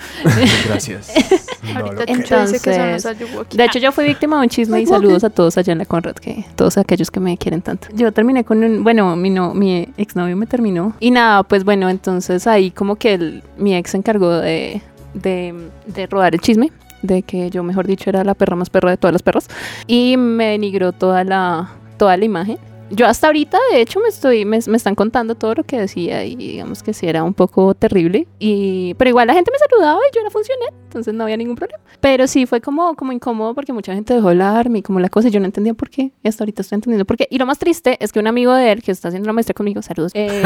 S2: Gracias.
S3: (laughs)
S6: No, lo
S4: Ahorita
S6: que-
S4: Chucho dice que son
S5: Entonces,
S4: los ayuwoki.
S5: De hecho, yo fui víctima de un chisme y saludos a todos allá en la Conrad, que todos aquellos que me quieren tanto. Yo terminé con un, bueno, mi no, mi exnovio me terminó. Y nada, pues bueno, entonces ahí como que el- mi ex se encargó de, de, de rodar el chisme. De que yo, mejor dicho, era la perra más perra de todas las perras. Y me denigró toda la, toda la imagen. Yo hasta ahorita, de hecho, me estoy, me, me están contando todo lo que decía y digamos que sí era un poco terrible. Y, pero igual la gente me saludaba y yo era funcioné, entonces no había ningún problema. Pero sí fue como, como incómodo porque mucha gente dejó de hablarme y como la cosa, y yo no entendía por qué. Y hasta ahorita estoy entendiendo por qué. Y lo más triste es que un amigo de él que está haciendo la maestría conmigo, saludos. eh,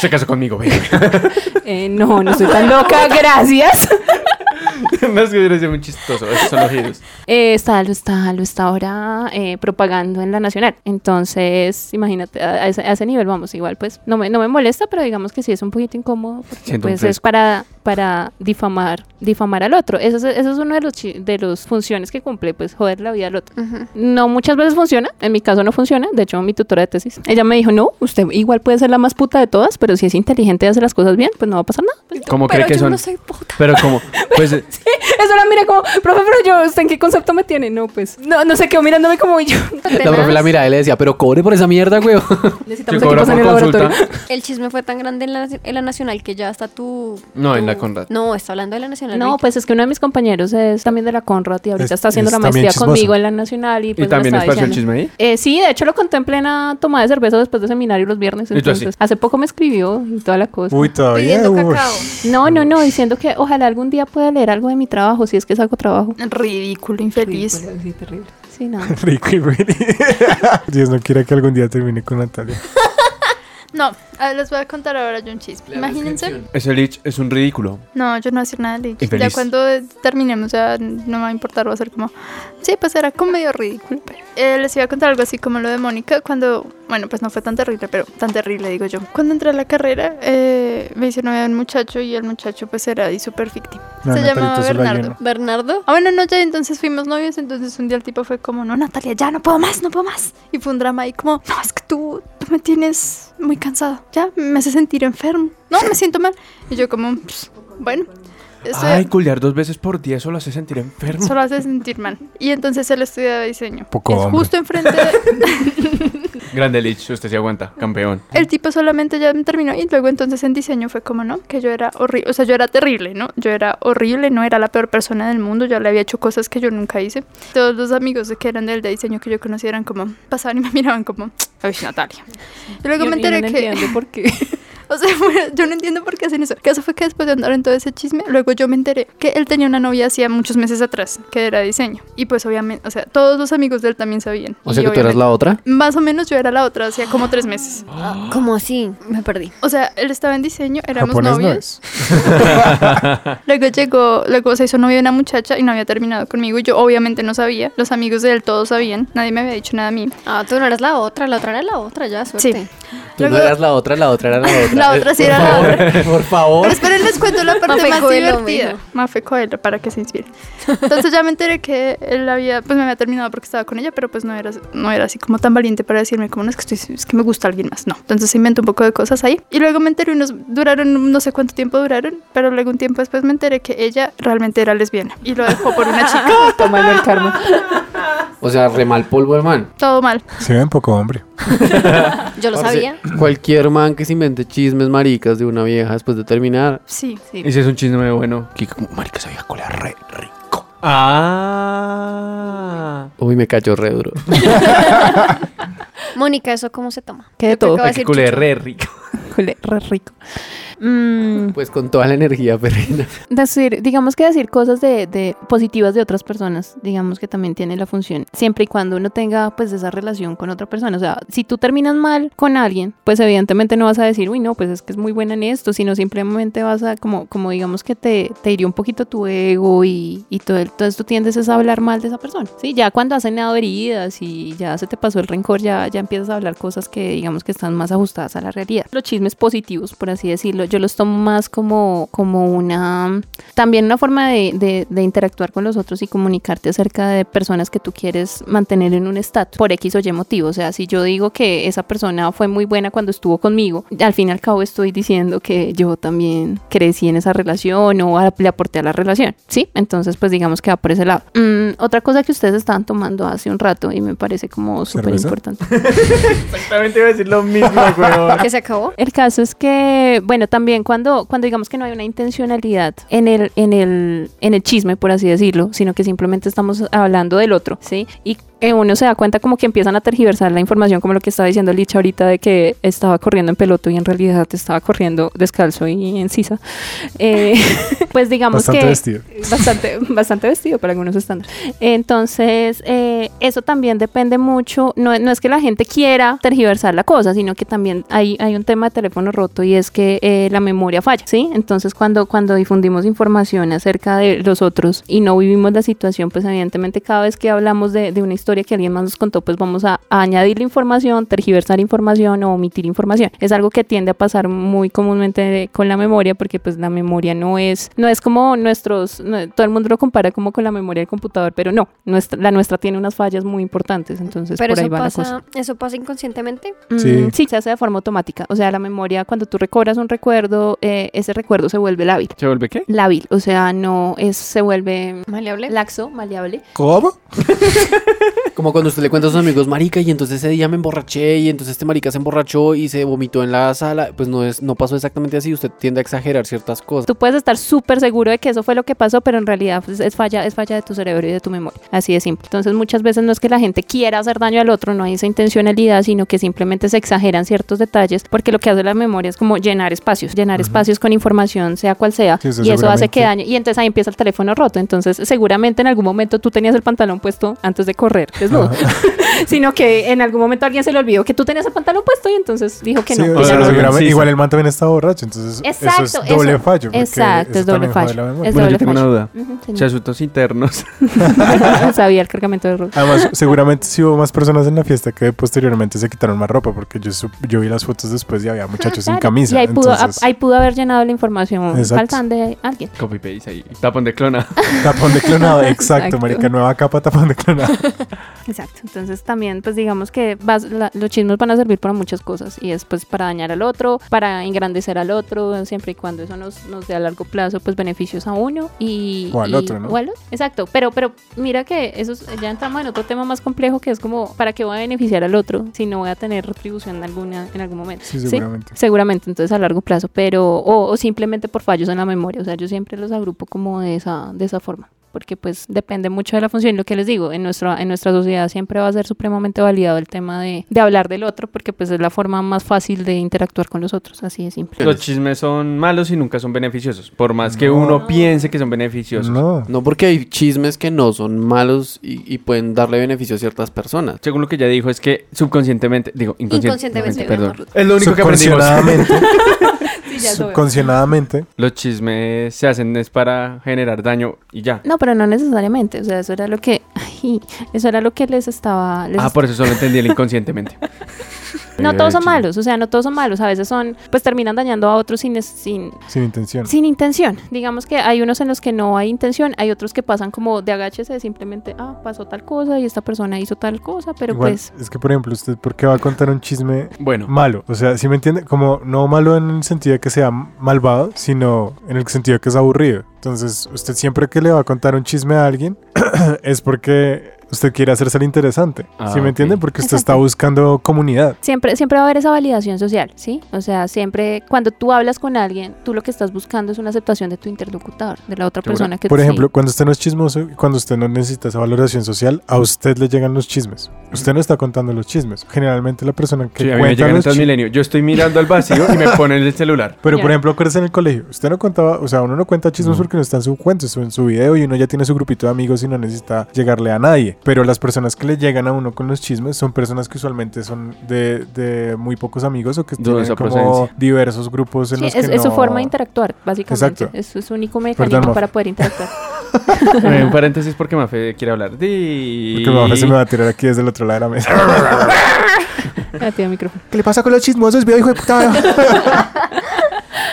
S2: Se casó conmigo, ve. (laughs)
S5: eh, no, no soy tan loca, gracias.
S2: Más que hubiera sido muy chistoso. Esos son los giros.
S5: Eh, está, lo está, lo está ahora eh, propagando en la nacional. Entonces, imagínate, a, a ese, a ese nivel vamos, igual pues no me, no me molesta, pero digamos que sí es un poquito incómodo porque
S2: Siento un
S5: pues es
S2: fresco.
S5: para, para difamar, difamar al otro. Eso es, eso es uno de los chi- de los funciones que cumple, pues joder la vida al otro.
S3: Ujú.
S5: No muchas veces funciona, en mi caso no funciona, de hecho mi tutora de tesis, ella me dijo, no, usted igual puede ser la más puta de todas, pero si es inteligente y hace las cosas bien, pues no va a pasar nada. Pues,
S2: ¿Cómo cree
S3: Pero
S2: que
S3: yo
S2: son?
S3: no soy puta.
S2: Pero como,
S3: (laughs)
S2: pues, eh,
S5: eso la mira como, profe, pero yo, ¿usted en qué concepto me tiene? No, pues, no, no se quedó mirándome como yo.
S7: La profe la mira y le decía, pero cobre por esa mierda, güey. (laughs)
S2: que
S5: Necesitamos
S2: cobra
S5: equipos en
S2: por
S5: el
S2: consulta.
S5: laboratorio.
S3: El chisme fue tan grande en la, en la nacional que ya hasta tú.
S2: No, en la Conrad.
S3: No, está hablando de la nacional.
S5: No,
S3: Ricky.
S5: pues es que uno de mis compañeros es también de la Conrad y ahorita
S6: Es-
S5: está haciendo
S6: es
S5: la
S6: también
S5: maestría
S6: chismoso.
S5: conmigo en la Nacional y pues
S2: y también
S5: me
S2: les
S5: estaba
S2: pasó el
S5: diciendo.
S2: chisme ahí.
S5: Eh, sí, de hecho lo conté en plena toma de cerveza después de seminario los viernes.
S2: Y tú así.
S5: Entonces, hace poco me escribió y toda la cosa.
S6: Uy, todavía.
S4: Pidiendo
S6: uy.
S4: cacao.
S5: No, no, no, diciendo que ojalá algún día pueda leer algo de mi trabajo, si es que saco trabajo.
S4: Ridículo, infeliz.
S5: Sí, terrible. Sí, nada.
S6: (laughs) Rico y Britney. Dios no quiera que algún día termine con Natalia.
S4: No, ah, les voy a contar ahora yo un chisme. Imagínense.
S2: Ese Lich es un ridículo.
S4: No, yo no voy a decir nada de Lich. Ya
S2: Infeliz.
S4: cuando eh, terminemos, ya no me va a importar, va a ser como. Sí, pues era como medio ridículo. Pero... Eh, les iba a contar algo así como lo de Mónica. Cuando. Bueno, pues no fue tan terrible, pero tan terrible, digo yo. Cuando entré a la carrera, eh, me hice novia de un muchacho y el muchacho, pues era ahí súper ficti.
S6: No,
S4: Se
S6: Natalita
S4: llamaba
S6: se la
S4: Bernardo.
S6: llena.
S3: Bernardo.
S4: Ah, bueno, no, ya entonces fuimos novios, entonces un día el tipo fue como, no, Natalia, ya no puedo más, no puedo más. Y fue un drama ahí como, no, es que tú, tú me tienes muy cansado, ya, me hace sentir enfermo, no, me siento mal. Y yo como, "Pues, bueno, estoy,
S2: Ay, culiar dos veces por día eso lo hace sentir enfermo.
S4: solo hace sentir mal. Y entonces él estudiaba diseño.
S6: Poco
S4: es
S6: hombre.
S4: justo enfrente de...
S2: Grande Lich, usted se aguanta, campeón.
S4: El tipo solamente ya me terminó y luego entonces en diseño fue como, ¿no? Que yo era horrible, o sea, yo era terrible, ¿no? Yo era horrible, no era la peor persona del mundo, yo le había hecho cosas que yo nunca hice. Todos los amigos que eran del de diseño que yo conocía eran como, pasaban y me (laughs) miraban como, ay, Natalia. Y luego me enteré que...
S5: (laughs) por qué.
S4: (laughs) O sea, bueno, yo no entiendo por qué hacen eso. El caso fue que después de andar en todo ese chisme, luego yo me enteré que él tenía una novia hacía muchos meses atrás, que era diseño. Y pues obviamente, o sea, todos los amigos de él también sabían.
S7: O sea
S4: Y
S7: que tú eras
S4: obviamente-
S7: la otra.
S4: Más o menos yo era la otra, hacía como tres meses.
S3: ¿Cómo así? Me perdí.
S4: O sea, él estaba en diseño, éramos
S6: Japonés no
S4: novios. luego llegó, luego se hizo novio de una muchacha y no había terminado conmigo. Y yo obviamente no sabía. Los amigos de él todos sabían. Nadie me había dicho nada a mí.
S3: Ah, tú no eras la otra, la otra era la otra, ya, suerte.
S7: Tú no
S4: Luego-
S7: eras la otra, la otra era la otra.
S5: eh,
S4: La otra sí era la otra.
S7: Por
S6: Oh.
S7: favor.
S4: Pero esperen, les cuento la parte
S3: Mafe
S4: más
S3: Coelho,
S4: divertida.
S3: mijo.
S4: Mafe Coelho, para que se inspiren. Entonces ya me enteré que él había, pues me había terminado porque estaba con ella, pero pues no era, no era así como tan valiente para decirme, como no es que, estoy, es que me gusta alguien más. No. Entonces se inventó un poco de cosas ahí. Y luego me enteré, unos, duraron, no sé cuánto tiempo duraron, pero luego un tiempo después me enteré que ella realmente era lesbiana y lo dejó por una (laughs) chica.
S5: Tomando Ah, el karma.
S7: O sea, re mal polvo, hermano.
S4: Todo mal.
S6: Se ven poco hombre.
S3: Yo lo
S7: Parce,
S3: sabía.
S7: Cualquier man que se invente chismes maricas de una vieja después de terminar.
S4: Sí. sí.
S2: Ese es un chisme bueno. Kika como marica se veía cola re rico. Ah.
S7: Uy, me cayó re duro.
S3: Mónica, ¿eso cómo se toma?
S5: Que de
S3: Yo creo
S5: todo.
S3: que va a decir
S2: Culé
S3: chucho.
S2: re rico.
S5: Jole, re rico. Mm,
S7: Pues con toda la energía perrina.
S5: decir, digamos que decir cosas de, de positivas de otras personas, digamos que también tiene la función, siempre y cuando uno tenga pues esa relación con otra persona. O sea, si tú terminas mal con alguien, pues evidentemente no vas a decir, uy, no, pues es que es muy buena en esto, sino simplemente vas a como, como digamos que te, te hirió un poquito tu ego y, y todo el- entonces tú tiendes es a hablar mal de esa persona. Sí, ya cuando has cenado heridas y ya se te pasó el rencor, ya, ya empiezas a hablar cosas que digamos que están más ajustadas a la realidad. Los chismes positivos, por así decirlo, yo los tomo más como, como una también una forma de, de- de interactuar con los otros y comunicarte acerca de personas que tú quieres mantener en un estatus por X o Y motivo. O sea, si yo digo que esa persona fue muy buena cuando estuvo conmigo, al fin y al cabo estoy diciendo que yo también crecí en esa relación o a- le aporté a la relación. ¿Sí? Entonces, pues digamos que va por ese lado. Mm, otra cosa que ustedes estaban tomando hace un rato y me parece como súper importante.
S2: Exactamente iba a decir lo mismo, weón.
S3: ¿Que se acabó?
S5: El caso es que, bueno, también cuando, cuando digamos que no hay una intencionalidad en el, en el, en el chisme, por así decirlo, sino que simplemente estamos hablando del otro, ¿sí? Y eh, uno se da cuenta como que empiezan a tergiversar la información, como lo que estaba diciendo Licha ahorita de que estaba corriendo en peloto y en realidad estaba corriendo descalzo y en sisa. Eh, (laughs) pues digamos
S6: Bastante
S5: que
S6: vestido.
S5: bastante, bastante vestido para algunos estándares. Entonces, eh, eso también depende mucho. No, no es que la gente quiera tergiversar la cosa, sino que también hay, hay un tema de teléfono roto y es que eh, la memoria falla, ¿sí? Entonces, cuando, cuando difundimos información acerca de los otros y no vivimos la situación, pues evidentemente cada vez que hablamos de, de una historia que alguien más nos contó, pues vamos a, a añadir información, tergiversar información o omitir información. Es algo que tiende a pasar muy comúnmente con la memoria porque pues la memoria no es no es como nuestros no- todo el mundo lo compara como con la memoria del computador, pero no, nuestra, la nuestra tiene unas fallas muy importantes, entonces
S3: Pero
S5: por ahí
S3: eso
S5: va la cosa.
S3: pasa, eso pasa inconscientemente.
S5: Mm,
S6: Sí.
S5: Sí. se hace de forma automática. O sea, la memoria, cuando tú recobras un recuerdo, eh, ese recuerdo se vuelve lábil.
S2: (laughs) ¿Se vuelve qué?
S5: Lábil, o sea, no es, se vuelve
S3: Maleable.
S5: laxo, maleable.
S6: ¿Cómo?
S7: Como cuando usted le cuenta a sus amigos, marica, y entonces ese día me emborraché, y entonces este marica se emborrachó y se vomitó en la sala. Pues no es, no pasó exactamente así. Usted tiende a exagerar ciertas cosas.
S5: Tú puedes estar súper seguro de que eso fue lo que pasó, pero en realidad pues, es falla, es falla de tu cerebro y de tu memoria. Así de simple. Entonces muchas veces no es que la gente quiera hacer daño al otro, no hay esa intencionalidad, sino que simplemente se exageran ciertos detalles, porque lo que hace la memoria es como llenar espacios, llenar espacios con información, sea cual sea,
S6: Sí, eso
S5: y eso hace que
S6: seguramente.
S5: daño. Y entonces ahí empieza el teléfono roto. Entonces seguramente en algún momento tú tenías el pantalón puesto antes de correr, desnudo. (laughs) sino que en algún momento alguien se le olvidó que tú tenías el pantalón puesto y entonces dijo que
S6: Sí,
S5: no.
S6: o
S5: que
S6: sea,
S5: ya no.
S2: lo-
S6: seguramente-
S2: sí, sí.
S6: igual el man también está borracho, entonces
S5: Exacto,
S6: eso es doble
S5: eso-
S6: fallo. porque
S5: Exacto,
S6: eso
S5: es doble
S6: también jode
S5: fallo.
S6: la memoria.
S5: Es
S2: Bueno,
S5: doble
S2: yo tengo una
S5: fallo.
S2: duda.
S6: (laughs)
S5: Ujú,
S2: O
S5: señor.
S2: sea, asuntos (laughs) internos.
S5: No sabía el cargamento de ropa.
S6: Además, seguramente sí hubo más personas en la fiesta que posteriormente se quitaron más ropa, porque yo, sup- yo vi las fotos después y había muchachos Pues sin
S5: Claro,
S6: camisa.
S5: Y ahí pudo,
S6: entonces,
S5: ahí pudo haber llenado la información
S6: Exacto.
S5: faltante de alguien.
S2: Copy paste ahí. Tapón de (laughs) clona.
S6: tapón de
S5: (laughs)
S6: clonado, exacto,
S5: Exacto.
S6: marica, nueva capa tapón de clonado.
S5: Exacto. Entonces también, pues digamos que vas- la- los chismes van a servir para muchas cosas. Y es pues para dañar al otro, para engrandecer al otro, siempre y cuando eso nos, nos dé a largo plazo pues beneficios a uno y...
S6: O al
S5: y-
S6: otro, ¿no?
S5: o al otro. Exacto. Pero, pero mira que eso es- ya entramos en otro tema más complejo que es como, ¿para qué voy a beneficiar al otro si no voy a tener retribución alguna en algún momento?
S6: Sí, seguramente.
S5: Seguramente, entonces a largo plazo, pero o, o simplemente por fallos en la memoria, o sea, yo siempre los agrupo como de esa, de esa forma, porque pues depende mucho de la función, lo que les digo, en nuestra, en nuestra sociedad siempre va a ser supremamente validado el tema de, de hablar del otro, porque pues es la forma más fácil de interactuar con los otros, así de simple.
S2: Los chismes son malos y nunca son beneficiosos. Por más que
S6: No.
S2: uno piense que son beneficiosos.
S6: No,
S7: No porque hay chismes que no son malos y, y pueden darle beneficio a ciertas personas.
S2: Según lo que ya dijo, es que subconscientemente, digo, inconscientemente,
S3: Inconscientemente,
S2: perdón.
S3: mejor.
S2: Es lo único que aprendimos.
S6: subconscientemente,
S5: (laughs) Sí,
S6: subconscientemente,
S2: Los chismes se hacen es para generar daño y ya.
S5: No, pero no necesariamente, o sea, eso era lo que, (laughs) ay, eso era lo que les estaba... les
S2: Ah, por eso solo entendí el inconscientemente.
S5: (laughs) No
S2: Eh,
S5: todos son
S2: chisme.
S5: malos, o sea, no todos son malos, a veces son, pues terminan dañando a otros sin, sin,
S6: sin intención.
S5: Sin intención. Digamos que hay unos en los que no hay intención, hay otros que pasan como de agáchese, simplemente, ah, pasó tal cosa y esta persona hizo tal cosa, pero
S6: Igual,
S5: pues...
S6: es que, por ejemplo, ¿usted por qué va a contar un chisme
S2: Bueno,
S6: malo? O sea, si me entiende, como no malo en el sentido de que sea malvado, sino en el sentido de que es aburrido. Entonces, usted siempre que le va a contar un chisme a alguien, (clears throat) es porque usted quiere hacerse el interesante.
S2: Ah,
S6: ¿Sí me entiende?
S2: ok.
S6: Porque usted
S5: Exacto.
S6: está buscando comunidad.
S5: Siempre, siempre va a haber esa validación social, ¿sí? O sea, siempre cuando tú hablas con alguien, tú lo que estás buscando es una aceptación de tu interlocutor, de la otra
S2: Seguro.
S5: persona que
S6: Por
S5: sí.
S6: ejemplo, cuando usted no es chismoso, cuando usted no necesita esa valoración social, a usted le llegan los chismes. Usted no está contando los chismes. Generalmente la persona que
S2: sí, a mí me
S6: cuenta
S2: llegan
S6: los
S2: en
S6: chismes...
S2: milenio. Yo estoy mirando al vacío
S6: (laughs)
S2: y me ponen el celular.
S6: Pero,
S5: Ya.
S6: por ejemplo, acuérdese en el colegio. Usted no contaba, o sea, uno no cuenta chismes porque no está en su cuento, en su video y uno ya tiene su grupito de amigos y no necesita llegarle a nadie. Pero las personas que le llegan a uno con los chismes son personas que usualmente son de, de muy pocos amigos o que
S2: De
S6: tienen
S2: esa
S6: como
S2: procedencia.
S6: diversos grupos en
S5: Sí,
S6: los
S5: es,
S6: que
S5: es su
S6: no-
S5: forma de interactuar, básicamente.
S6: Exacto.
S5: Es su- su único mecanismo
S6: Mafe.
S5: para
S6: (laughs)
S5: poder interactuar.
S2: En paréntesis, porque Mafe quiere hablar. Di...
S6: Eh. Porque ahora se me va a tirar aquí desde el otro lado de la mesa.
S5: Ah, tiene micrófono.
S6: (laughs) ¿Qué le pasa con los chismosos, viejo hijo de puta?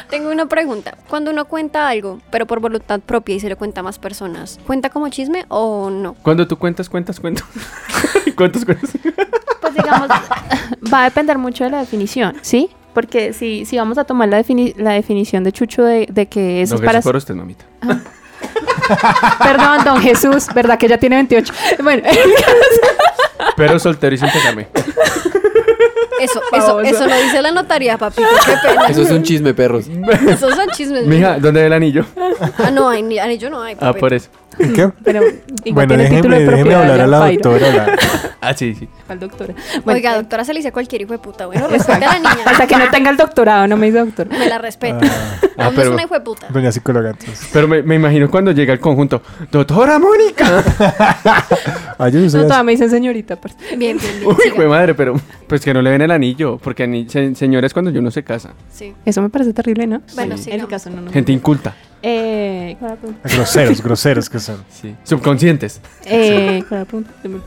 S3: Tengo una pregunta. Cuando uno cuenta algo, pero por voluntad propia y se lo cuenta a más personas, ¿cuenta como chisme o no?
S2: Cuando tú cuentas, cuentas, cuentas. (laughs) ¿Cuántas cuentas?
S5: Pues digamos, (laughs) va a depender mucho de la definición, ¿sí? Porque si, si vamos a tomar la, defini- la definición de Chucho de, de que eso
S2: no,
S5: es para...
S2: es por usted, mamita.
S5: Perdón, don Jesús, ¿verdad que ya tiene 28? Bueno,
S2: Pero soltero y sin
S5: (laughs)
S2: casarme.
S3: Eso, eso, eso lo dice la notaría, papi. pues, Qué pena.
S7: Eso es un chisme, perros.
S3: (laughs) Esos son chismes.
S2: Mija,
S3: ¿no?
S2: ¿dónde ve el anillo?
S3: Ah, no, hay, ni- anillo no hay.
S2: Ah,
S3: papi.
S2: por eso.
S6: (laughs) ¿Y qué?
S5: pero igual
S6: Bueno,
S5: tiene título
S6: déjeme,
S5: de
S6: déjeme
S5: propiedad
S6: hablar
S5: ya,
S6: a la
S5: Pairo.
S6: doctora. la-
S2: Ah, sí, sí.
S5: Al doctor. Bueno,
S3: Oiga, doctora, se le dice a cualquier hijo de puta. Bueno, respete a la
S5: Hasta
S3: niña.
S5: que no tenga el doctorado, no me dice doctor.
S3: Me la respeto.
S2: Ah,
S3: No, no es
S2: pero-
S3: una hijo de puta.
S5: (laughs)
S6: Doña psicóloga, entonces.
S2: Pero me, me imagino cuando llega el conjunto. ¡Doctora Mónica!
S6: Ay, Ah, yo
S5: No,
S6: soy
S5: todavía me dicen señorita. aparte.
S3: Bien, bien, bien.
S2: Uy,
S3: siga.
S2: güey, madre, pero pues que no le ven el anillo. Porque ani- se- señores, cuando yo no se casa.
S3: Sí.
S5: Eso me parece terrible, ¿no?
S3: Bueno,
S5: sí.
S3: sí.
S5: En el caso no, no.
S2: Gente inculta.
S5: Eh, ¿cuál era la pregunta?
S6: Groseros, groseros que son.
S2: Sí. Subconscientes.
S5: Eh, ¿cuál era la pregunta? Se me-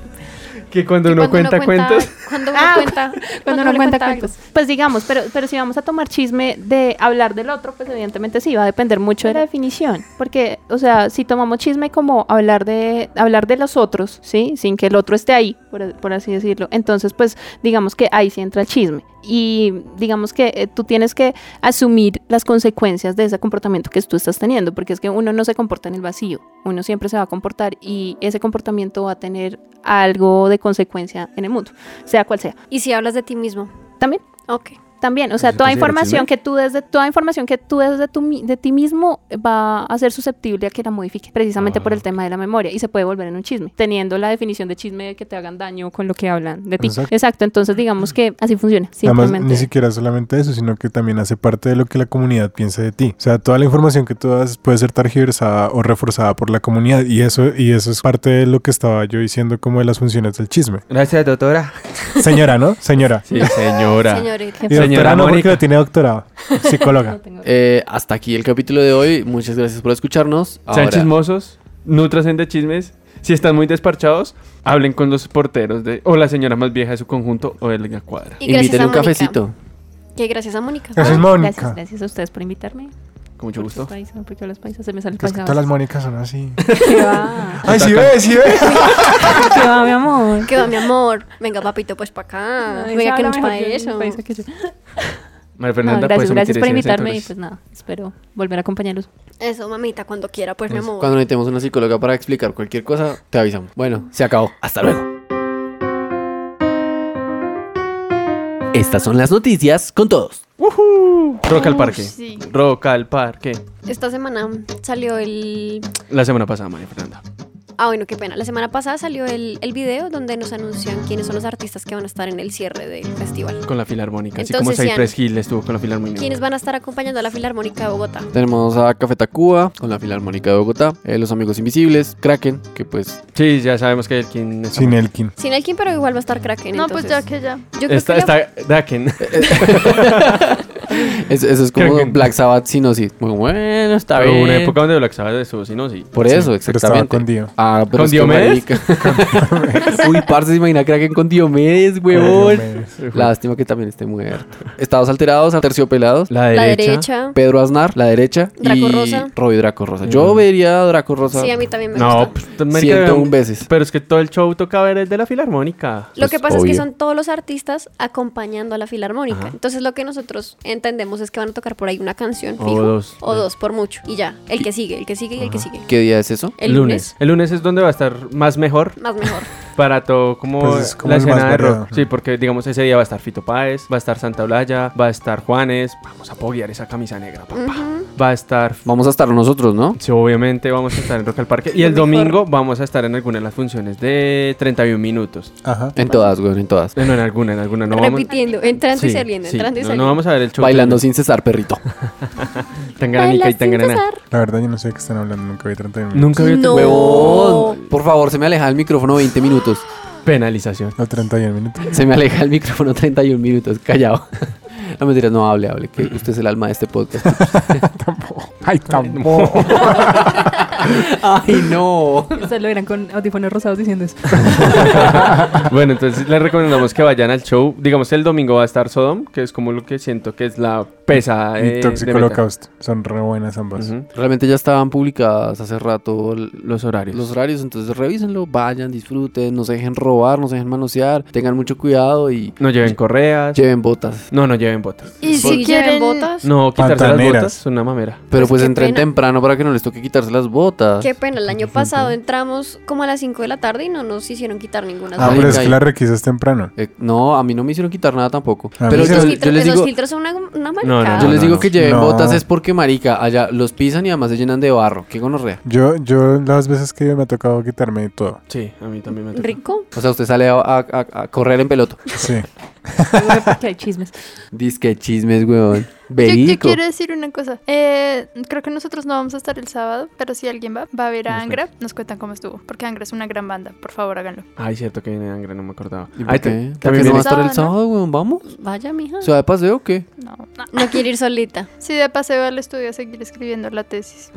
S2: Que cuando uno cuenta,
S3: (laughs)
S2: cuentas.
S3: Cuando uno
S5: Ah,
S3: cuenta.
S5: cuando uno cuenta
S3: algo.
S5: cuentos. Pues digamos, pero, pero si vamos a tomar chisme de hablar del otro, pues evidentemente sí, va a depender mucho de la definición. Porque, o sea, si tomamos chisme como hablar de, hablar de los otros, ¿sí? Sin que el otro esté ahí, por, por así decirlo. Entonces, pues digamos que ahí sí entra el chisme. Y digamos que eh, tú tienes que asumir las consecuencias de ese comportamiento que tú estás teniendo, porque es que uno no se comporta en el vacío, uno siempre se va a comportar y ese comportamiento va a tener algo de consecuencia en el mundo, sea cual sea.
S3: Y si hablas de ti mismo.
S5: También
S3: Ok.
S5: también. O sea,
S2: ¿Eso
S5: toda
S2: se considera
S5: información
S2: chisme?
S5: que tú desde toda información que tú des de, tu mi- de ti mismo va a ser susceptible a que la modifiquen, precisamente por
S6: Ah.
S5: el tema de la memoria y se puede volver en un chisme, teniendo la definición de chisme de que te hagan daño con lo que hablan de ti.
S6: Exacto.
S5: Exacto. Entonces digamos que así funciona.
S6: Además,
S5: Simplemente.
S6: ni siquiera solamente eso, sino que también hace parte de lo que la comunidad piensa de ti. O sea, toda la información que tú das puede ser targiversada o reforzada por la comunidad. Y eso, y eso es parte de lo que estaba yo diciendo como de las funciones del chisme.
S2: (laughs) Gracias, doctora.
S6: Señora, ¿no? Señora.
S2: Sí,
S3: (laughs)
S2: señora.
S3: Señorita.
S6: Y
S2: Señora
S6: doctora no, porque
S2: Mónica.
S6: la tiene doctorado.
S2: (laughs)
S6: Psicóloga.
S7: Eh, hasta aquí el capítulo de hoy. Muchas gracias por escucharnos.
S2: Sean
S7: Ahora-
S2: chismosos, nutranse de chismes. Si están muy desparchados, hablen con los porteros de, o la señora más vieja de su conjunto o de la cuadra.
S3: Y gracias
S7: Invítele
S3: a
S7: un
S3: Mónica.
S7: cafecito.
S3: Que gracias a Mónica.
S2: Ah.
S6: Gracias,
S5: Gracias,
S6: Mónica.
S5: gracias a ustedes por invitarme.
S2: Con mucho
S5: Por
S2: gusto.
S5: sus países, no, porque los países se me salen
S6: Que es que todas las Mónicas son así.
S5: ¿Qué va?
S6: (laughs) Ay, sí ve, (laughs) sí ve.
S5: ¿Qué va, mi amor?
S3: Que va, mi amor. Venga, papito, pues para acá. Venga, que nos
S5: Habla
S3: para
S5: mejor que
S3: eso.
S5: un país que yo.
S2: María
S5: No,
S2: Fernanda,
S5: gracias,
S2: ¿puedes
S5: gracias
S2: omitir
S5: por
S2: ese
S5: invitarme y
S2: entonces?
S5: pues nada, espero volver a acompañarlos.
S3: Eso, mamita, cuando quiera, pues, mi amor.
S7: Cuando necesitemos una psicóloga para explicar cualquier cosa, te avisamos. Bueno, se acabó. Hasta luego.
S8: Estas son las noticias con todos.
S4: pues.
S2: Rock al parque.
S4: sí.
S2: Rock al parque.
S3: Esta semana salió el.
S2: La semana pasada, María Fernanda.
S3: Ah, bueno, qué pena. La semana pasada salió el, el video donde nos anuncian quiénes son los artistas que van a estar en el cierre del festival.
S2: Con la Filarmónica. Así como
S3: Entonces, sean-
S2: Cypress Hill estuvo con la Filarmónica.
S3: ¿Quiénes van a estar acompañando a la Filarmónica de Bogotá?
S7: Tenemos a Café Tacuba con la Filarmónica de Bogotá, eh, Los Amigos Invisibles, Kraken, que pues
S2: Sí, ya sabemos que el quien está.
S6: Sin Elkin.
S3: Sin Elkin, pero igual va a estar Kraken.
S4: No, pues ya
S3: entonces.
S4: que ya.
S3: Yo creo
S2: Está,
S3: que la-
S2: está Daken.
S7: es- eso es como
S2: Kraken.
S7: Black Sabbath Sinosis. Bueno, bueno, está
S2: Pero
S7: bien.
S2: (laughs) hubo una época donde Black Sabbath estuvo, sí, no, sí.
S7: Por
S6: Sí,
S7: eso,
S6: pero estaba
S7: exactamente.
S6: con Dio.
S7: Ah, pero
S2: ¿Con
S7: es que
S2: Diomedes?
S7: marica. Uy, parce, se imagina Kraken con Diomedes, huevón.
S6: Diomedes.
S7: Lástima que también esté muerto. Estados alterados, terciopelados.
S2: La
S3: la
S2: derecha.
S3: derecha.
S7: Pedro Aznar, la derecha.
S3: Draco
S7: y
S3: Rosa.
S7: Robbie Draco Rosa. Yo vería a Draco Rosa
S3: Sí, a mí también me gusta.
S2: No, pues, marica,
S7: 101 veces.
S2: Pero es que todo el show toca ver el de la Filarmónica.
S3: Lo
S7: Pues,
S3: que pasa es
S7: obvio.
S3: que son todos los artistas acompañando a la filarmónica.
S2: Ajá.
S3: Entonces lo que nosotros entendemos es que van a tocar por ahí una canción
S2: O
S3: fijo,
S2: dos.
S3: o dos por mucho y ya, el que sigue, el que sigue y el que sigue.
S7: ¿Qué día es eso?
S3: El lunes,
S2: El lunes es donde va a estar más mejor
S3: más mejor.
S2: para todo como,
S6: Pues es como
S2: la
S6: el más
S2: escena de
S6: variado,
S2: rock.
S6: ¿no?
S2: Sí, porque digamos ese día va a estar Fito Páez, va a estar Santa Blaya, va a estar Juanes, vamos a poguear esa camisa negra, papá.
S3: Ujú.
S2: Va a estar
S7: Vamos a estar nosotros, ¿no?
S2: Sí, obviamente vamos a estar en Rock al Parque. Y el domingo vamos a estar en alguna de las funciones de 31 minutos.
S6: Ajá.
S7: En todas, güey, en todas.
S2: Eh, No, en alguna, en alguna. (laughs) No vamos...
S3: Repitiendo, entrando y
S2: Sí,
S3: saliendo,
S2: sí.
S3: entrando y
S2: No,
S3: saliendo.
S2: No vamos a ver el show.
S7: Bailando sin cesar, perrito.
S2: Tan granica y tan grana.
S6: La verdad, yo no sé de qué están hablando. Nunca vi 30 minutos.
S2: Nunca había
S3: No.
S7: Huevón, por favor, se me aleja el micrófono 20 minutos.
S2: penalización. (laughs)
S6: No, 31 minutos.
S7: Se me aleja el micrófono 31 minutos, callado. (laughs) No mentiras, no hable, hable, que usted es el alma de este podcast.
S6: (laughs) Ay, tampoco.
S7: Ay, no.
S5: (laughs) Ustedes lo verán con audífonos rosados diciendo eso.
S2: bueno, entonces les recomendamos que vayan al show. Digamos, el domingo va a estar Sodom, que es como lo que siento que es la pesada. eh, (laughs)
S6: Y Toxic
S2: de metal.
S6: Holocaust. Son re buenas ambas.
S2: Ujú.
S7: Realmente ya estaban publicadas hace rato l-
S2: Los horarios.
S7: los horarios, entonces revísenlo, vayan, disfruten, no se dejen robar, no se dejen manosear, tengan mucho cuidado y
S2: No lleven correas.
S7: lleven botas.
S2: no, no lleven botas.
S4: Y si quieren
S3: botas,
S2: No, quitarse las
S6: Pantaneras.
S2: botas es una mamera.
S7: Pero
S3: Pues,
S7: pues
S3: qué
S7: entren
S3: pena.
S7: temprano para que no les toque quitarse las botas.
S3: qué pena, el año pasado entramos como a las 5 de la tarde y no nos hicieron quitar ninguna.
S6: Ah,
S7: Ay,
S6: pero es
S7: ay.
S6: que la requisas temprano.
S7: Eh, no, a mí no me hicieron quitar nada tampoco.
S6: A mí
S7: Pero
S6: sí
S7: yo,
S6: me-
S3: esos
S6: Ah,
S7: yo
S3: filtros,
S7: les
S3: esos
S7: digo,
S3: filtros son una, una
S2: No,
S3: marcada.
S7: yo les
S2: no,
S7: digo
S2: no.
S7: que lleven
S6: No.
S7: botas es porque marica, allá los pisan y además se llenan de barro. Qué gonorrea.
S6: Yo, yo las veces que me ha tocado quitarme de todo.
S2: Sí, a mí también me toca.
S3: Rico.
S7: O sea, usted sale a, a- a- a correr en peloto.
S6: Sí.
S7: (laughs)
S5: Porque hay chismes.
S7: Dice que chismes, weón.
S4: Yo, yo
S7: Verico.
S4: quiero decir una cosa. Eh, creo que nosotros no vamos a estar el sábado, pero si alguien va, va a ver a
S2: Nos
S4: Angra, nos cuentan cómo estuvo. Porque Angra es una gran banda. Por favor, háganlo.
S2: Ay, cierto que viene Angra, no me acordaba.
S7: ¿Y por
S2: Ay,
S7: qué?
S2: te-
S7: ¿Por qué
S2: también
S7: no va a
S2: viene-
S7: estar el
S4: Sábana.
S7: sábado, weón? ¿Vamos?
S3: Vaya, mija.
S7: ¿Se va de paseo o qué?
S4: No, no.
S3: No quiere ir solita.
S4: Si de paseo al estudio a seguir escribiendo la tesis.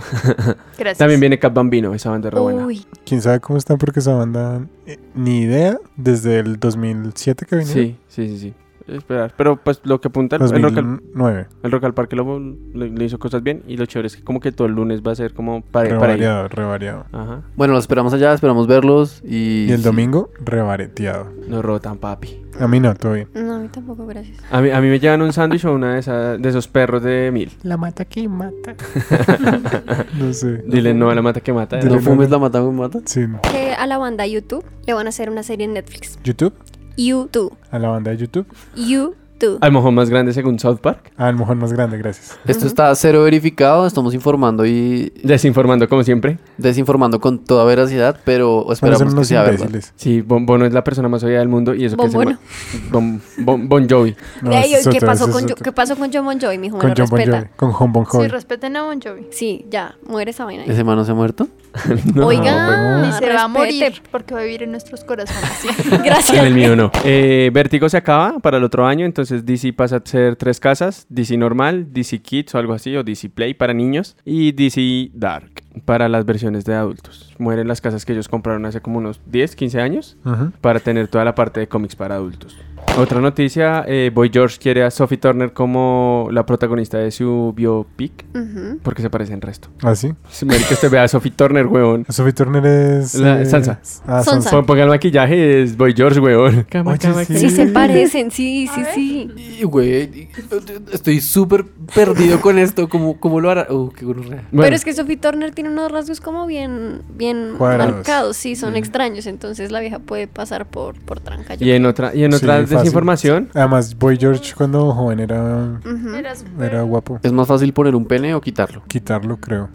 S4: Gracias.
S2: también viene Cap Bambino, esa banda re buena.
S3: Uy,
S6: ¿Quién sabe cómo están? Porque esa banda, eh, ni idea, desde el 2007 que vinieron.
S2: Sí, sí, sí, sí. Esperar. Pero pues lo que apunta el, el Rock, al,
S6: 2009.
S2: el Rock al Parque lo, le- le hizo cosas bien. Y lo chévere es que como que todo el lunes va a ser como para, para ir.
S6: Revariado, revariado.
S2: Ajá.
S7: Bueno, los esperamos allá, esperamos verlos y...
S6: Y el
S7: sí.
S6: domingo, revareteado.
S2: Nos rotan, papi.
S6: A mí no, todo bien.
S3: no, a mí tampoco, gracias.
S2: A mí, a mí me llevan un sándwich o una de, esas, de esos perros de
S7: (laughs)
S2: mil.
S6: (laughs) No sé.
S2: Dile no a la mata que mata.
S6: Dile
S7: No
S6: Pero no,
S7: fumes
S6: no.
S7: la mata, weón, mata.
S6: Sí, no.
S3: Que a la banda YouTube le van a hacer una serie en Netflix.
S6: YouTube,
S3: YouTube.
S6: a la banda de YouTube.
S3: YouTube. tú.
S2: Al mojón más grande según South Park.
S6: Ah, el mojón más grande, gracias.
S7: Esto está cero verificado, estamos informando y
S2: Desinformando como siempre.
S7: desinformando con toda veracidad, pero
S6: Bueno,
S7: esperamos
S6: son
S7: que
S6: unos
S7: sea verdad.
S6: imbéciles.
S2: Sí, Bon Bono es la persona más odiada del mundo y eso que es el
S3: Bon
S2: ma- bon, bon, bon Jovi.
S6: No,
S3: De ahí,
S6: ese es
S3: ¿qué,
S6: otro,
S3: pasó
S6: ese es
S3: con Jo-
S6: otro.
S3: ¿Qué pasó con John Bon Jovi? Mi hijo
S6: Con
S3: lo
S6: John Bon
S3: respeta.
S6: Jovi, con Hon Bon
S4: Sí,
S6: Jovi.
S4: respeten a Bon Jovi.
S3: Sí, ya, muere esa vaina. ahí.
S7: ¿Ese man no se ha muerto?
S3: Oiga,
S4: Ni se va a
S3: respete. (laughs)
S4: morir porque va a vivir en nuestros corazones. (laughs) sí.
S2: En
S3: Gracias.
S2: el mío no. (laughs) Eh, Vértigo se acaba para el otro año, entonces DC pasa a ser tres casas, DC normal, DC Kids o algo así, o DC Play para niños y DC Dark para las versiones de adultos. Mueren las casas que ellos compraron hace como unos 10, 15 años
S6: Ujú.
S2: para tener toda la parte de cómics para adultos. Otra noticia, eh, Boy George quiere a Sophie Turner como la protagonista de su biopic
S3: Ujú.
S2: porque se parecen resto.
S6: ¿Ah, sí?
S2: Si me que usted vea a Sophie Turner, huevón.
S6: Sophie Turner es...
S2: La- Sansa.
S6: Ah,
S3: Sansa.
S6: Sansa.
S2: Pon- Ponga el maquillaje, es Boy George, huevón. Cama,
S6: Oye,
S2: cama,
S6: sí.
S3: Sí,
S6: (laughs)
S3: se parecen, sí, sí, sí.
S7: Y, Güey, estoy súper perdido con esto. ¿Cómo, cómo lo hará? Uh, qué gonorrea.
S2: Bueno.
S3: Pero es que Sophie Turner tiene unos rasgos como bien, bien
S6: Cuadrados.
S3: marcados, sí, son extraños, entonces la vieja puede pasar por, por tranca. yo
S2: Y en otra, y en
S6: Sí,
S2: otra
S6: fácil.
S2: desinformación,
S6: Además, Boy George cuando joven era,
S3: Ujú.
S4: Era súper-
S6: era guapo.
S7: ¿Es más fácil poner un pene o quitarlo?
S6: Quitarlo, creo.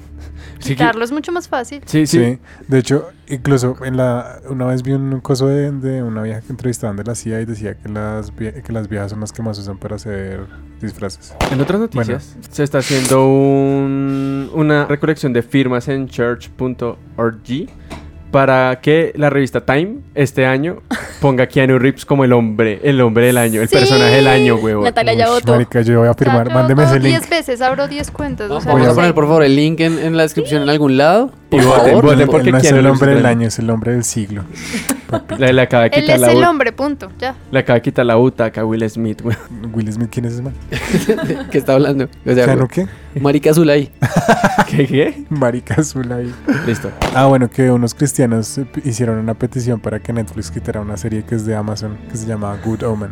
S2: sí,
S4: Quitarlo es mucho más fácil.
S2: sí, sí,
S6: Sí. De hecho, incluso en la una vez vi un coso de, de una vieja que entrevistaban de la CIA y decía que las, vie- que las viejas son las que más usan para hacer disfraces.
S2: En otras noticias, se está haciendo un- una recolección de firmas en church.org para que la revista Time este año ponga a Keanu Reeves como el hombre, el hombre del año, el
S3: Sí.
S2: personaje del año, huevón.
S3: Natalia ya
S6: Ush,
S3: votó.
S6: marica, yo voy a
S4: Ya
S6: firmar.
S4: yo
S6: Mándeme
S4: hago
S6: ese link.
S4: 10 veces, abro 10 cuentas. o sea,
S7: Vamos
S4: no
S7: a
S4: sé.
S7: poner, por favor, el link en, en la descripción en algún lado.
S2: Y voten,
S6: Él
S2: voten
S6: no-
S2: porque
S6: él no es
S2: Keanu
S6: el
S2: Reeves
S6: hombre
S2: es el-
S6: del año, es el hombre del siglo.
S2: Le, le acaba de
S4: Él
S2: quitar
S4: es
S2: la
S4: el
S2: bu-
S4: hombre, punto. Ya.
S2: le acaba de quitar la butaca a Will Smith, huevón. (laughs)
S6: Will Smith, ¿quién es ese man?
S7: (laughs) ¿Qué está hablando? O sea, güey,
S6: ¿Keanu qué?
S7: Marica Zulay.
S2: ¿Qué, qué?
S6: Marica azul ahí.
S2: Listo.
S6: Ah, bueno, que unos cristianos eh, p- hicieron una petición para que Netflix quitara una serie que es de Amazon, que se llama
S7: (laughs)
S6: Good Omen.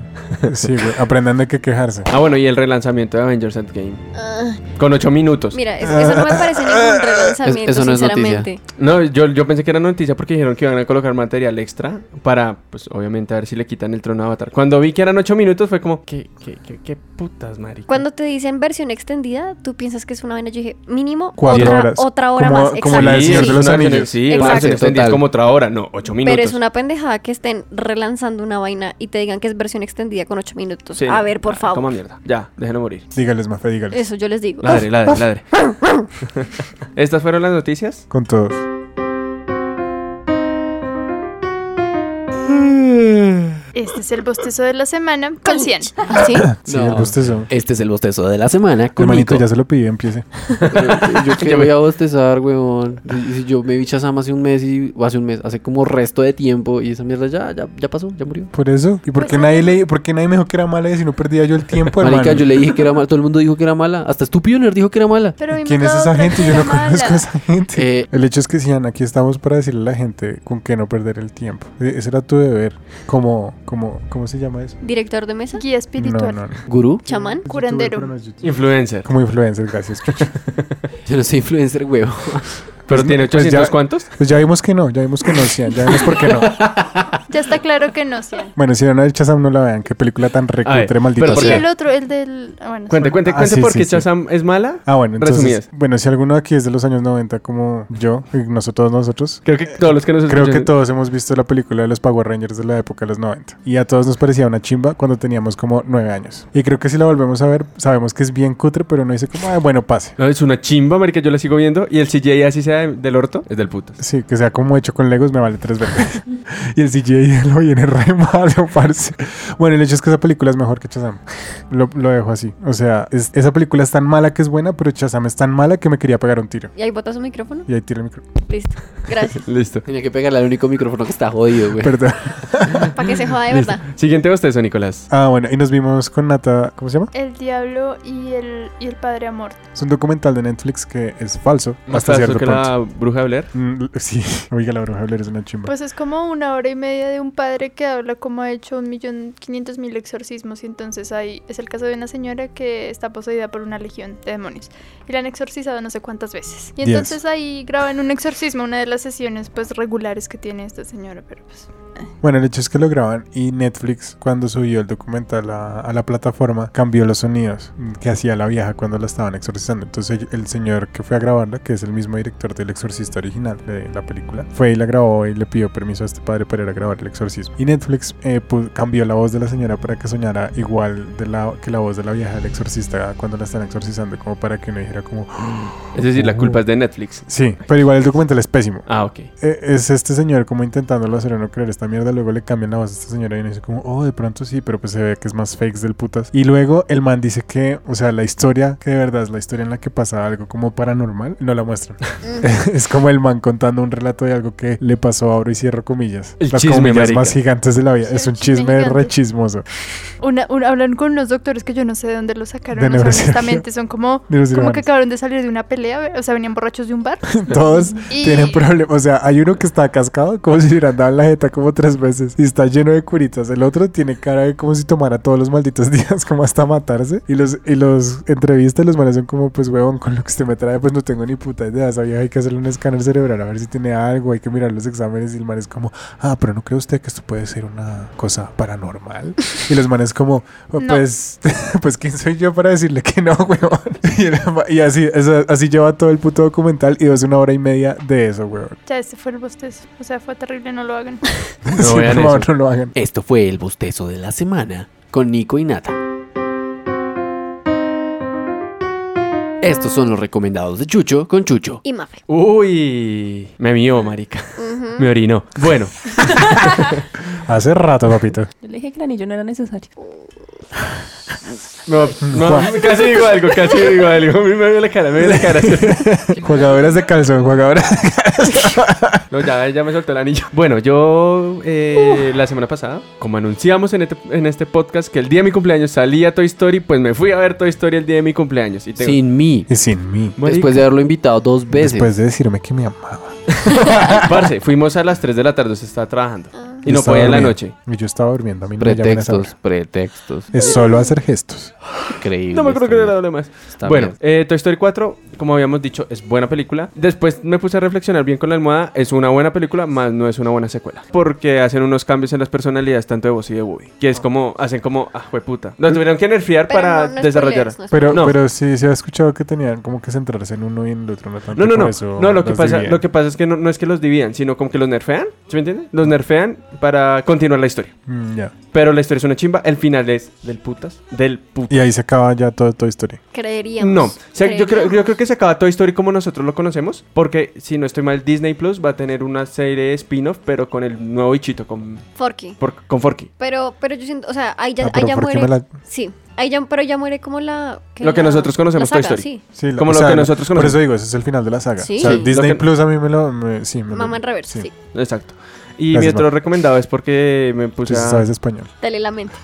S6: Sí, güey. Aprendan de qué quejarse.
S2: Ah, bueno, y el relanzamiento de Avengers Endgame.
S3: Ah,
S2: Con ocho minutos.
S3: mira, eso, eso no me parece
S6: Ah.
S3: ningún relanzamiento,
S7: eso no es
S3: sinceramente.
S2: No, yo, yo pensé que era noticia porque dijeron que iban a colocar material extra para, pues, obviamente, a ver si le quitan el trono a Avatar. Cuando vi que eran ocho minutos fue como, ¿qué, qué, qué, qué putas, marica?
S3: Cuando te dicen versión extendida, tú piensas que es una vaina. Yo dije, mínimo
S6: Cuatro
S3: otra,
S6: horas.
S3: otra hora
S6: Como-
S3: más.
S6: como la del
S3: exacto,
S6: Señor
S3: sí.
S6: de los
S2: una
S6: Anillos.
S2: versión- Sí,
S3: Exacto.
S2: una versión extendida es
S7: Total.
S2: como otra hora, no, ocho minutos.
S3: Pero es una pendejada que estén relanzando una vaina y te digan que es versión extendida con ocho minutos.
S2: Sí,
S3: a
S2: no.
S3: ver, por
S2: Ah, Toma
S3: favor.
S2: mierda. Ya, déjenlo morir.
S6: Dígales, Mafe, dígales.
S3: Eso yo les digo.
S2: Ladre, ladre, ladre. (laughs) Estas fueron las noticias.
S6: Con todos.
S4: Este es el bostezo de la semana con
S3: (laughs)
S4: 100.
S2: (coughs)
S3: ¿Sí?
S6: Sí,
S7: No.
S6: el bostezo.
S7: Este es el bostezo de la semana. Con
S6: Hermanito,
S7: Nico.
S6: ya se lo pide, empiece.
S7: Pero Yo que voy a bostezar, weón. Y- y si Yo me vi Shazam hace un mes y o hace un mes, hace como resto de tiempo y esa mierda ya, ya, ya pasó, ya murió.
S6: Por eso. ¿Y por
S4: Pues
S6: qué nadie, le, por qué nadie me dijo que era mala si no perdía yo el tiempo,
S7: (laughs)
S6: hermano?
S7: Marica, yo le dije que era mala, todo el mundo dijo que era mala. Hasta Estúpido Nerd dijo que era mala.
S4: Pero
S6: ¿Y
S4: vimos
S6: ¿Quién es
S4: la
S6: esa
S4: otra
S6: gente?
S4: que
S6: Yo no
S4: era mala.
S6: conozco a esa gente.
S7: Eh.
S6: el hecho es que, Sian, aquí estamos para decirle a la gente con qué no perder el tiempo. E- Ese era tu deber. Como, como, ¿cómo se llama eso?
S3: ¿Director de mesa?
S4: Guía espiritual.
S6: No, no, no.
S7: Gurú,
S3: ¿Chamán?
S4: Curandero.
S6: Youtuber, pero no es youtuber.
S2: Influencer.
S6: Como influencer, gracias. Chucho.
S7: (laughs) yo no soy influencer, weón.
S2: Pero
S6: Pues
S2: tiene
S6: no, pues
S2: 800
S6: ya-
S2: cuántos?
S6: Pues ya vimos que no, ya vimos que no, Sian, ya vimos por qué no.
S4: Ya está claro que no, 100.
S6: Bueno, si no, el Chazam no la vean, qué película tan recutre,
S2: pero
S6: maldita.
S2: ¿por
S4: Y
S6: sea.
S2: qué?
S4: el otro, el del. ah, Bueno,
S2: Cuente, cuente,
S6: Ah,
S2: cuente
S6: sí,
S2: por qué
S6: sí, sí.
S2: Shazam es mala.
S6: Ah, bueno, entonces,
S2: Resumidas.
S6: bueno, si alguno aquí es de los años 90 como yo, y nosotros todos nosotros,
S2: Creo que todos los que nos
S6: creo que
S2: escuchan-
S6: todos hemos visto la película de los Power Rangers de la época de los 90. Y a todos nos parecía una chimba cuando teníamos como 9 años. Y creo que si la volvemos a ver, sabemos que es bien cutre, pero no dice como, ah, bueno, pase.
S2: No, es una chimba, marica, yo la sigo viendo. Y el CGI así sea de- del orto, es del putas.
S6: Sí, que sea como hecho con Legos me vale tres veces. (laughs) y el CGI (laughs) lo viene re malo, (laughs) parce. Bueno, el hecho es que esa película es mejor que Chazam. Lo, lo dejo así. O sea, es- esa película es tan mala que es buena, pero Chazam es tan mala que me quería pegar un tiro.
S3: ¿Y ahí botas su micrófono?
S6: Y ahí tira
S2: (laughs)
S6: el micro.
S3: Listo.
S6: (laughs)
S3: Gracias.
S2: Listo.
S7: Tenía que pegarle al único micrófono que está jodido, güey.
S6: Perdón.
S3: Para que se joda de
S2: Listo.
S3: verdad.
S2: Siguiente bostezo, Nicolás.
S6: Ah, bueno, y nos vimos con Nata, ¿cómo se llama?
S4: El diablo y el, y el padre amor.
S6: Es un documental de Netflix que es falso
S2: Más
S6: hasta
S2: falso
S6: cierto
S2: que
S6: punto.
S2: la bruja de Blair.
S6: Mm, l- sí, (laughs) oiga, la bruja de Blair es una chimba.
S4: Pues es como una hora y media de un padre que habla como ha hecho un millón quinientos mil exorcismos. Y entonces ahí es el caso de una señora que está poseída por una legión de demonios. Y la han exorcizado no sé cuántas veces. Y
S6: Diez.
S4: entonces ahí graban un exorcismo, una de las sesiones pues regulares que tiene esta señora. Pero pues
S6: Bueno, el hecho es que lo graban y Netflix, cuando subió el documental a, a la plataforma, cambió los sonidos que hacía la vieja cuando la estaban exorcizando. Entonces el, el señor que fue a grabarla, que es el mismo director del exorcista original de la película, fue y la grabó y le pidió permiso a este padre para ir a grabar el exorcismo. Y Netflix eh, pu- cambió la voz de la señora para que soñara igual de la, que la voz de la vieja del exorcista cuando la están exorcizando, como para que no dijera como...
S2: Es decir,
S6: Oh.
S2: la culpa es de Netflix.
S6: Sí, pero igual el documental es pésimo.
S2: Ah,
S6: (laughs)
S2: ok.
S6: Eh, es este señor como intentándolo hacer o no creer esta mierda. Luego le cambian la voz a esta señora y uno dice como, oh, de pronto sí, pero pues se ve que es más fakes del putas. Y luego el man dice que, o sea, la historia, que de verdad es la historia en la que pasa algo como paranormal, no la muestran.
S4: Mm.
S6: (laughs) es como el man contando un relato de algo que le pasó, abro y cierro comillas.
S2: El
S6: Las
S2: chisme,
S6: comillas
S2: marica.
S6: más gigantes de la vida.
S4: Sí,
S6: es
S4: el
S6: un
S4: chisme
S6: chisme
S4: gigante.
S6: re chismoso.
S4: Una, una- hablan con unos doctores que yo no sé de dónde los sacaron.
S6: De
S4: o sea,
S6: neurocirugía.
S4: honestamente, son como, como que
S6: Neurocirujanos.
S4: acabaron de salir de una pelea. O sea, venían borrachos de un bar.
S6: (laughs) Todos
S4: Y-
S6: tienen problemas. O sea, hay uno que está cascado como si le hubieran dado en la jeta como tres veces y está lleno de curitas. El otro tiene cara de como si tomara todos los malditos (laughs) días, como hasta matarse. Y los, y los entrevistas, los manes son como, pues, huevón, con lo que usted me trae, pues no tengo ni puta idea. Sabía, hay que hacerle un escáner cerebral a ver si tiene algo, hay que mirar los exámenes. Y el man es como, ah, pero no cree usted que esto puede ser una cosa paranormal. Y los manes como,
S4: (laughs)
S6: "Oh,
S4: No.
S6: pues, (laughs) pues quién soy yo para decirle que no, (laughs) weón. Y, el ama- y así, eso- así lleva todo el puto documental y es una hora y media de eso, weón.
S4: Ya, este fue el bostezo. O sea, fue terrible, no lo hagan.
S2: No
S6: Sí,
S2: vean
S6: por favor,
S2: eso.
S6: no lo hagan.
S7: Esto fue el bostezo de la semana con Nico y Nata. Estos son los recomendados de Chucho con Chucho.
S3: Y Mafe.
S2: Uy, me mió, marica.
S3: Ujú.
S2: Me orinó. Bueno,
S6: Hace
S2: (laughs)
S6: rato, papito.
S5: Yo le dije que el anillo no era necesario.
S6: (laughs)
S2: no, no, casi digo algo, casi digo algo. Me veo la cara, me veo la
S6: (laughs)
S2: cara.
S6: Jugadoras de calzón, jugadoras. (laughs)
S2: No, ya, ya me soltó el anillo. Bueno, yo eh, la semana pasada, como anunciamos en este, en este podcast que el día de mi cumpleaños salía Toy Story, pues me fui a ver Toy Story el día de mi cumpleaños. Y tengo...
S7: Sin mí.
S6: Y sin mí.
S2: Marica,
S7: Después de haberlo invitado dos veces.
S6: Después de decirme que me amaba.
S2: Parce, fuimos a las 3 de la tarde, se estaba trabajando. Y
S3: Ah.
S6: Yo
S2: no
S6: estaba
S2: podía en la
S6: durmiendo.
S2: noche.
S6: Y yo estaba durmiendo. A mí no me llaman a esa
S7: pretextos,
S6: hora.
S7: pretextos.
S6: Es solo hacer gestos.
S7: Increíble.
S2: No me acuerdo que
S7: esta
S2: era lo demás.
S7: mierda, esta
S2: Bueno,
S7: mierda.
S2: eh, Toy Story 4, como habíamos dicho, es buena película. Después me puse a reflexionar bien con la almohada. Es una buena película, más no es una buena secuela. Porque hacen unos cambios en las personalidades, tanto de Buzz y de Woody. Que es como, hacen como, ah, jueputa. Lo tuvieron que nerfear
S3: Pero
S2: para
S3: no, no
S2: desarrollar.
S3: spoilers, no
S6: Pero,
S2: No.
S6: pero sí se ha escuchado que tenían como que centrarse en uno y en el otro. No, tanto
S2: No, no,
S6: por
S2: no.
S6: eso
S2: No, lo que,
S6: los
S2: pasa,
S6: dividían.
S2: lo que pasa es que no, no es que los dividan, sino como que los nerfean. ¿Sí me entiendes? Los nerfean para continuar la historia.
S6: Mm, ya.
S2: Pero la historia es una chimba. El final es del putas. Del putas.
S6: Y ahí se acaba ya todo Toy Story.
S3: Creeríamos.
S2: No, o sea, yo, creo, yo
S3: creeríamos.
S2: creo que se acaba Toy Story como nosotros lo conocemos, porque si no estoy mal, Disney Plus va a tener una serie de spin-off, pero con el nuevo bichito, con,
S3: Forky.
S2: por- con Forky.
S3: Pero, pero yo siento, o sea, ahí ya,
S6: Ah,
S3: ahí
S6: pero
S3: ya
S6: ¿por qué
S3: muere.
S6: me la-
S3: Sí, ahí ya, pero ya muere como la.
S2: Lo que
S3: la-
S2: nosotros conocemos,
S3: la
S2: Toy
S3: saga,
S2: Story.
S3: Sí.
S6: Sí, la-
S2: Como
S6: o
S2: lo
S6: sea,
S2: que nosotros
S6: Por
S2: conocemos.
S6: eso digo, ese es el final de la saga.
S3: Sí.
S6: O sea,
S3: Sí.
S6: Disney
S2: Lo que-
S6: Plus a mí me lo. me- sí, me lo-
S3: Mamá en reversa, sí.
S2: Exacto. Y mi
S6: Gracias,
S2: otro
S6: Mar.
S2: recomendado es porque me
S6: Tú sí
S2: puse a
S6: sabes español.
S2: (laughs)
S3: Dale la mente.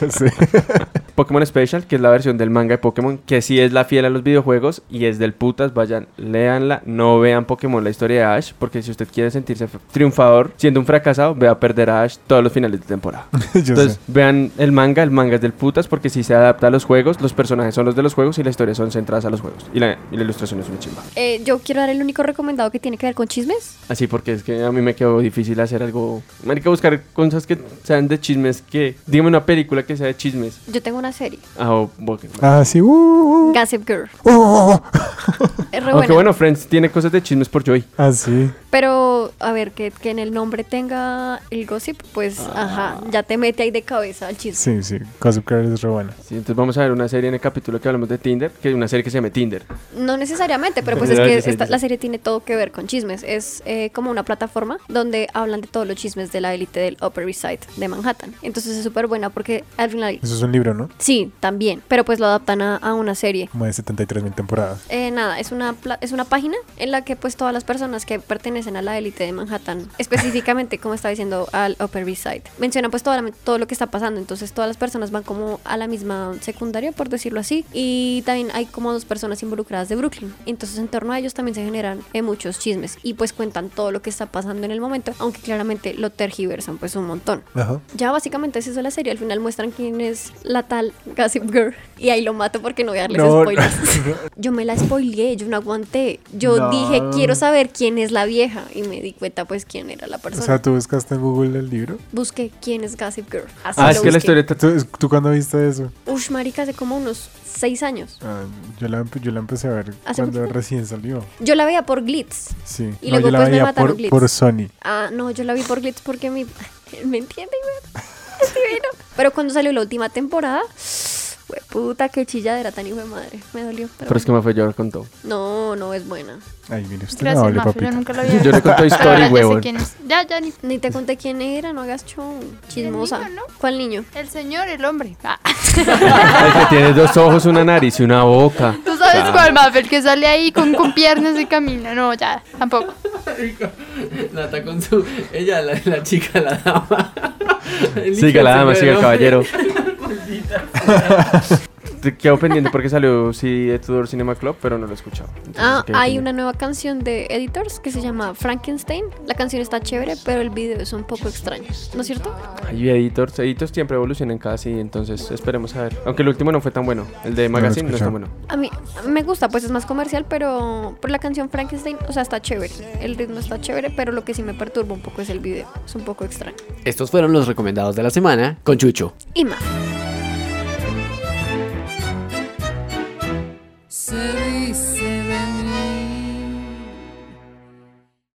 S6: Ya sé. (laughs)
S2: Pokémon Special, que es la versión del manga de Pokémon, que sí es la fiel a los videojuegos y es del putas. Vayan, léanla, no vean Pokémon la historia de Ash, porque si usted quiere sentirse triunfador siendo un fracasado, vea perder a Ash todos los finales de temporada.
S6: Yo
S2: Entonces,
S6: sé.
S2: vean el manga, el manga es del putas porque si se adapta a los juegos, los personajes son los de los juegos y la historia son centradas a los juegos. Y la, y la ilustración es una chimba.
S3: Eh, yo quiero dar el único recomendado que tiene que ver con chismes.
S2: Así porque es que a mí me quedó difícil hacer algo. Hay que buscar cosas que sean de chismes, que... Dígame una película que sea de chismes.
S3: Yo tengo una serie,
S2: Ah, o- ok.
S6: Ah, sí. uh, uh, uh,
S3: Gossip Girl.
S6: uh, (laughs) uh.
S3: Es re
S2: Aunque
S3: buena,
S2: bueno, Friends tiene cosas de chismes por Joy.
S6: Ah, sí.
S3: Pero, a ver, que, que en el nombre tenga el gossip, pues,
S2: Ah.
S3: ajá, ya te mete ahí de cabeza al chisme.
S6: Sí, sí. Gossip Girl es re buena.
S2: Sí, entonces vamos a ver una serie en el capítulo que hablamos de Tinder, que es una serie que se llama Tinder.
S3: No necesariamente, pero pues
S2: (laughs) Ya,
S3: es
S2: ya
S3: que
S2: sé,
S3: esta-
S2: ya sé.
S3: la serie tiene todo que ver con chismes. Es eh, como una plataforma donde hablan de todos los chismes de la élite del Upper East Side de Manhattan. Entonces es súper buena porque al final...
S6: Eso es un libro, ¿no?
S3: Sí, también, pero pues lo adaptan a, a una serie.
S6: Como de 73 mil temporadas.
S3: Eh, nada, es una, pla- es una página en la que pues todas las personas que pertenecen a la élite de Manhattan, específicamente como estaba diciendo al Upper East Side, mencionan pues toda la- todo lo que está pasando, entonces todas las personas van como a la misma secundaria, por decirlo así, y también hay como dos personas involucradas de Brooklyn, entonces en torno a ellos también se generan eh, muchos chismes y pues cuentan todo lo que está pasando en el momento, aunque claro claramente lo tergiversan pues un montón.
S6: Ajá.
S3: Ya básicamente es eso la serie, al final muestran quién es la tal Gossip Girl y ahí lo mato porque no voy a darles
S6: No,
S3: spoilers.
S6: (laughs)
S3: (laughs) Yo me la spoileé, yo no aguanté. Yo
S6: No.
S3: dije, quiero saber quién es la vieja y me di cuenta pues quién era la
S6: O
S3: persona.
S6: sea, tú buscaste en Google el libro.
S3: Busqué quién es Gossip Girl. Así
S2: Ah,
S3: lo
S2: es que la
S3: busqué.
S2: historia está...
S6: ¿Tú, es- ¿tú cuándo viste eso?
S3: Ush, marica, hace como unos seis años.
S6: Ah, yo, la, empe- yo la empecé a ver
S3: ¿Hace
S6: cuando
S3: mucho?
S6: recién salió.
S3: Yo la veía por Glitz.
S6: Sí.
S3: Y
S6: no,
S3: luego,
S6: yo la
S3: pues, me
S6: veía
S3: mataron
S6: por,
S3: Glitz.
S6: por Sony.
S3: Ah, no, yo la vi por Glitz porque mi... (laughs) me entiende, güey. (laughs) Es divino. Pero cuando salió la última temporada, güey, puta, qué chilladera tan hijo de madre. Me dolió. Pero,
S2: Pero es que me fue llorar
S3: (laughs)
S2: con todo.
S3: No, no es buena.
S6: Ay, mire, usted no
S4: Gracias,
S6: hable,
S4: Mafe, yo
S6: papita.
S4: nunca
S2: (laughs)
S4: lo había
S2: Yo le conté
S4: Pero
S2: historia,
S4: ahora ya sé
S2: huevón.
S4: quién es. Ya, ya, ni...
S3: Ni te conté quién era, no hagas chon. Chismosa.
S4: niño, ¿no?
S3: ¿Cuál niño?
S4: El señor, el hombre.
S2: (laughs)
S4: Ah.
S2: El que tiene dos ojos, una nariz y una boca.
S4: Tú sabes cuál, Mafe, el que sale ahí con, con piernas y camina. No, ya, tampoco.
S9: Nata con su. Ella, la, la chica, la dama. El
S2: Siga la dama,
S9: señor
S2: siga el
S9: hombre.
S2: caballero. (laughs) Te quedo pendiente porque salió sí de Tudor Cinema Club, pero no lo he escuchado. Entonces,
S3: Ah,
S2: quedo
S3: hay
S2: pendiente.
S3: una nueva canción de Editors que se llama Frankenstein. La canción está chévere, pero el video es un poco extraño. ¿No es cierto?
S2: Hay editors, editors siempre evolucionan cada sí, entonces esperemos a ver. Aunque el último no fue tan bueno, el de
S6: lo he
S2: Magazine no, es tan
S6: escuchado.
S2: bueno.
S3: A mí me gusta, pues es más comercial, pero por la canción Frankenstein, o sea, está chévere. El ritmo está chévere, pero lo que sí me perturba un poco es el video. Es un poco extraño.
S7: Estos fueron los recomendados de la semana con Chucho.
S3: Y más.
S10: Seré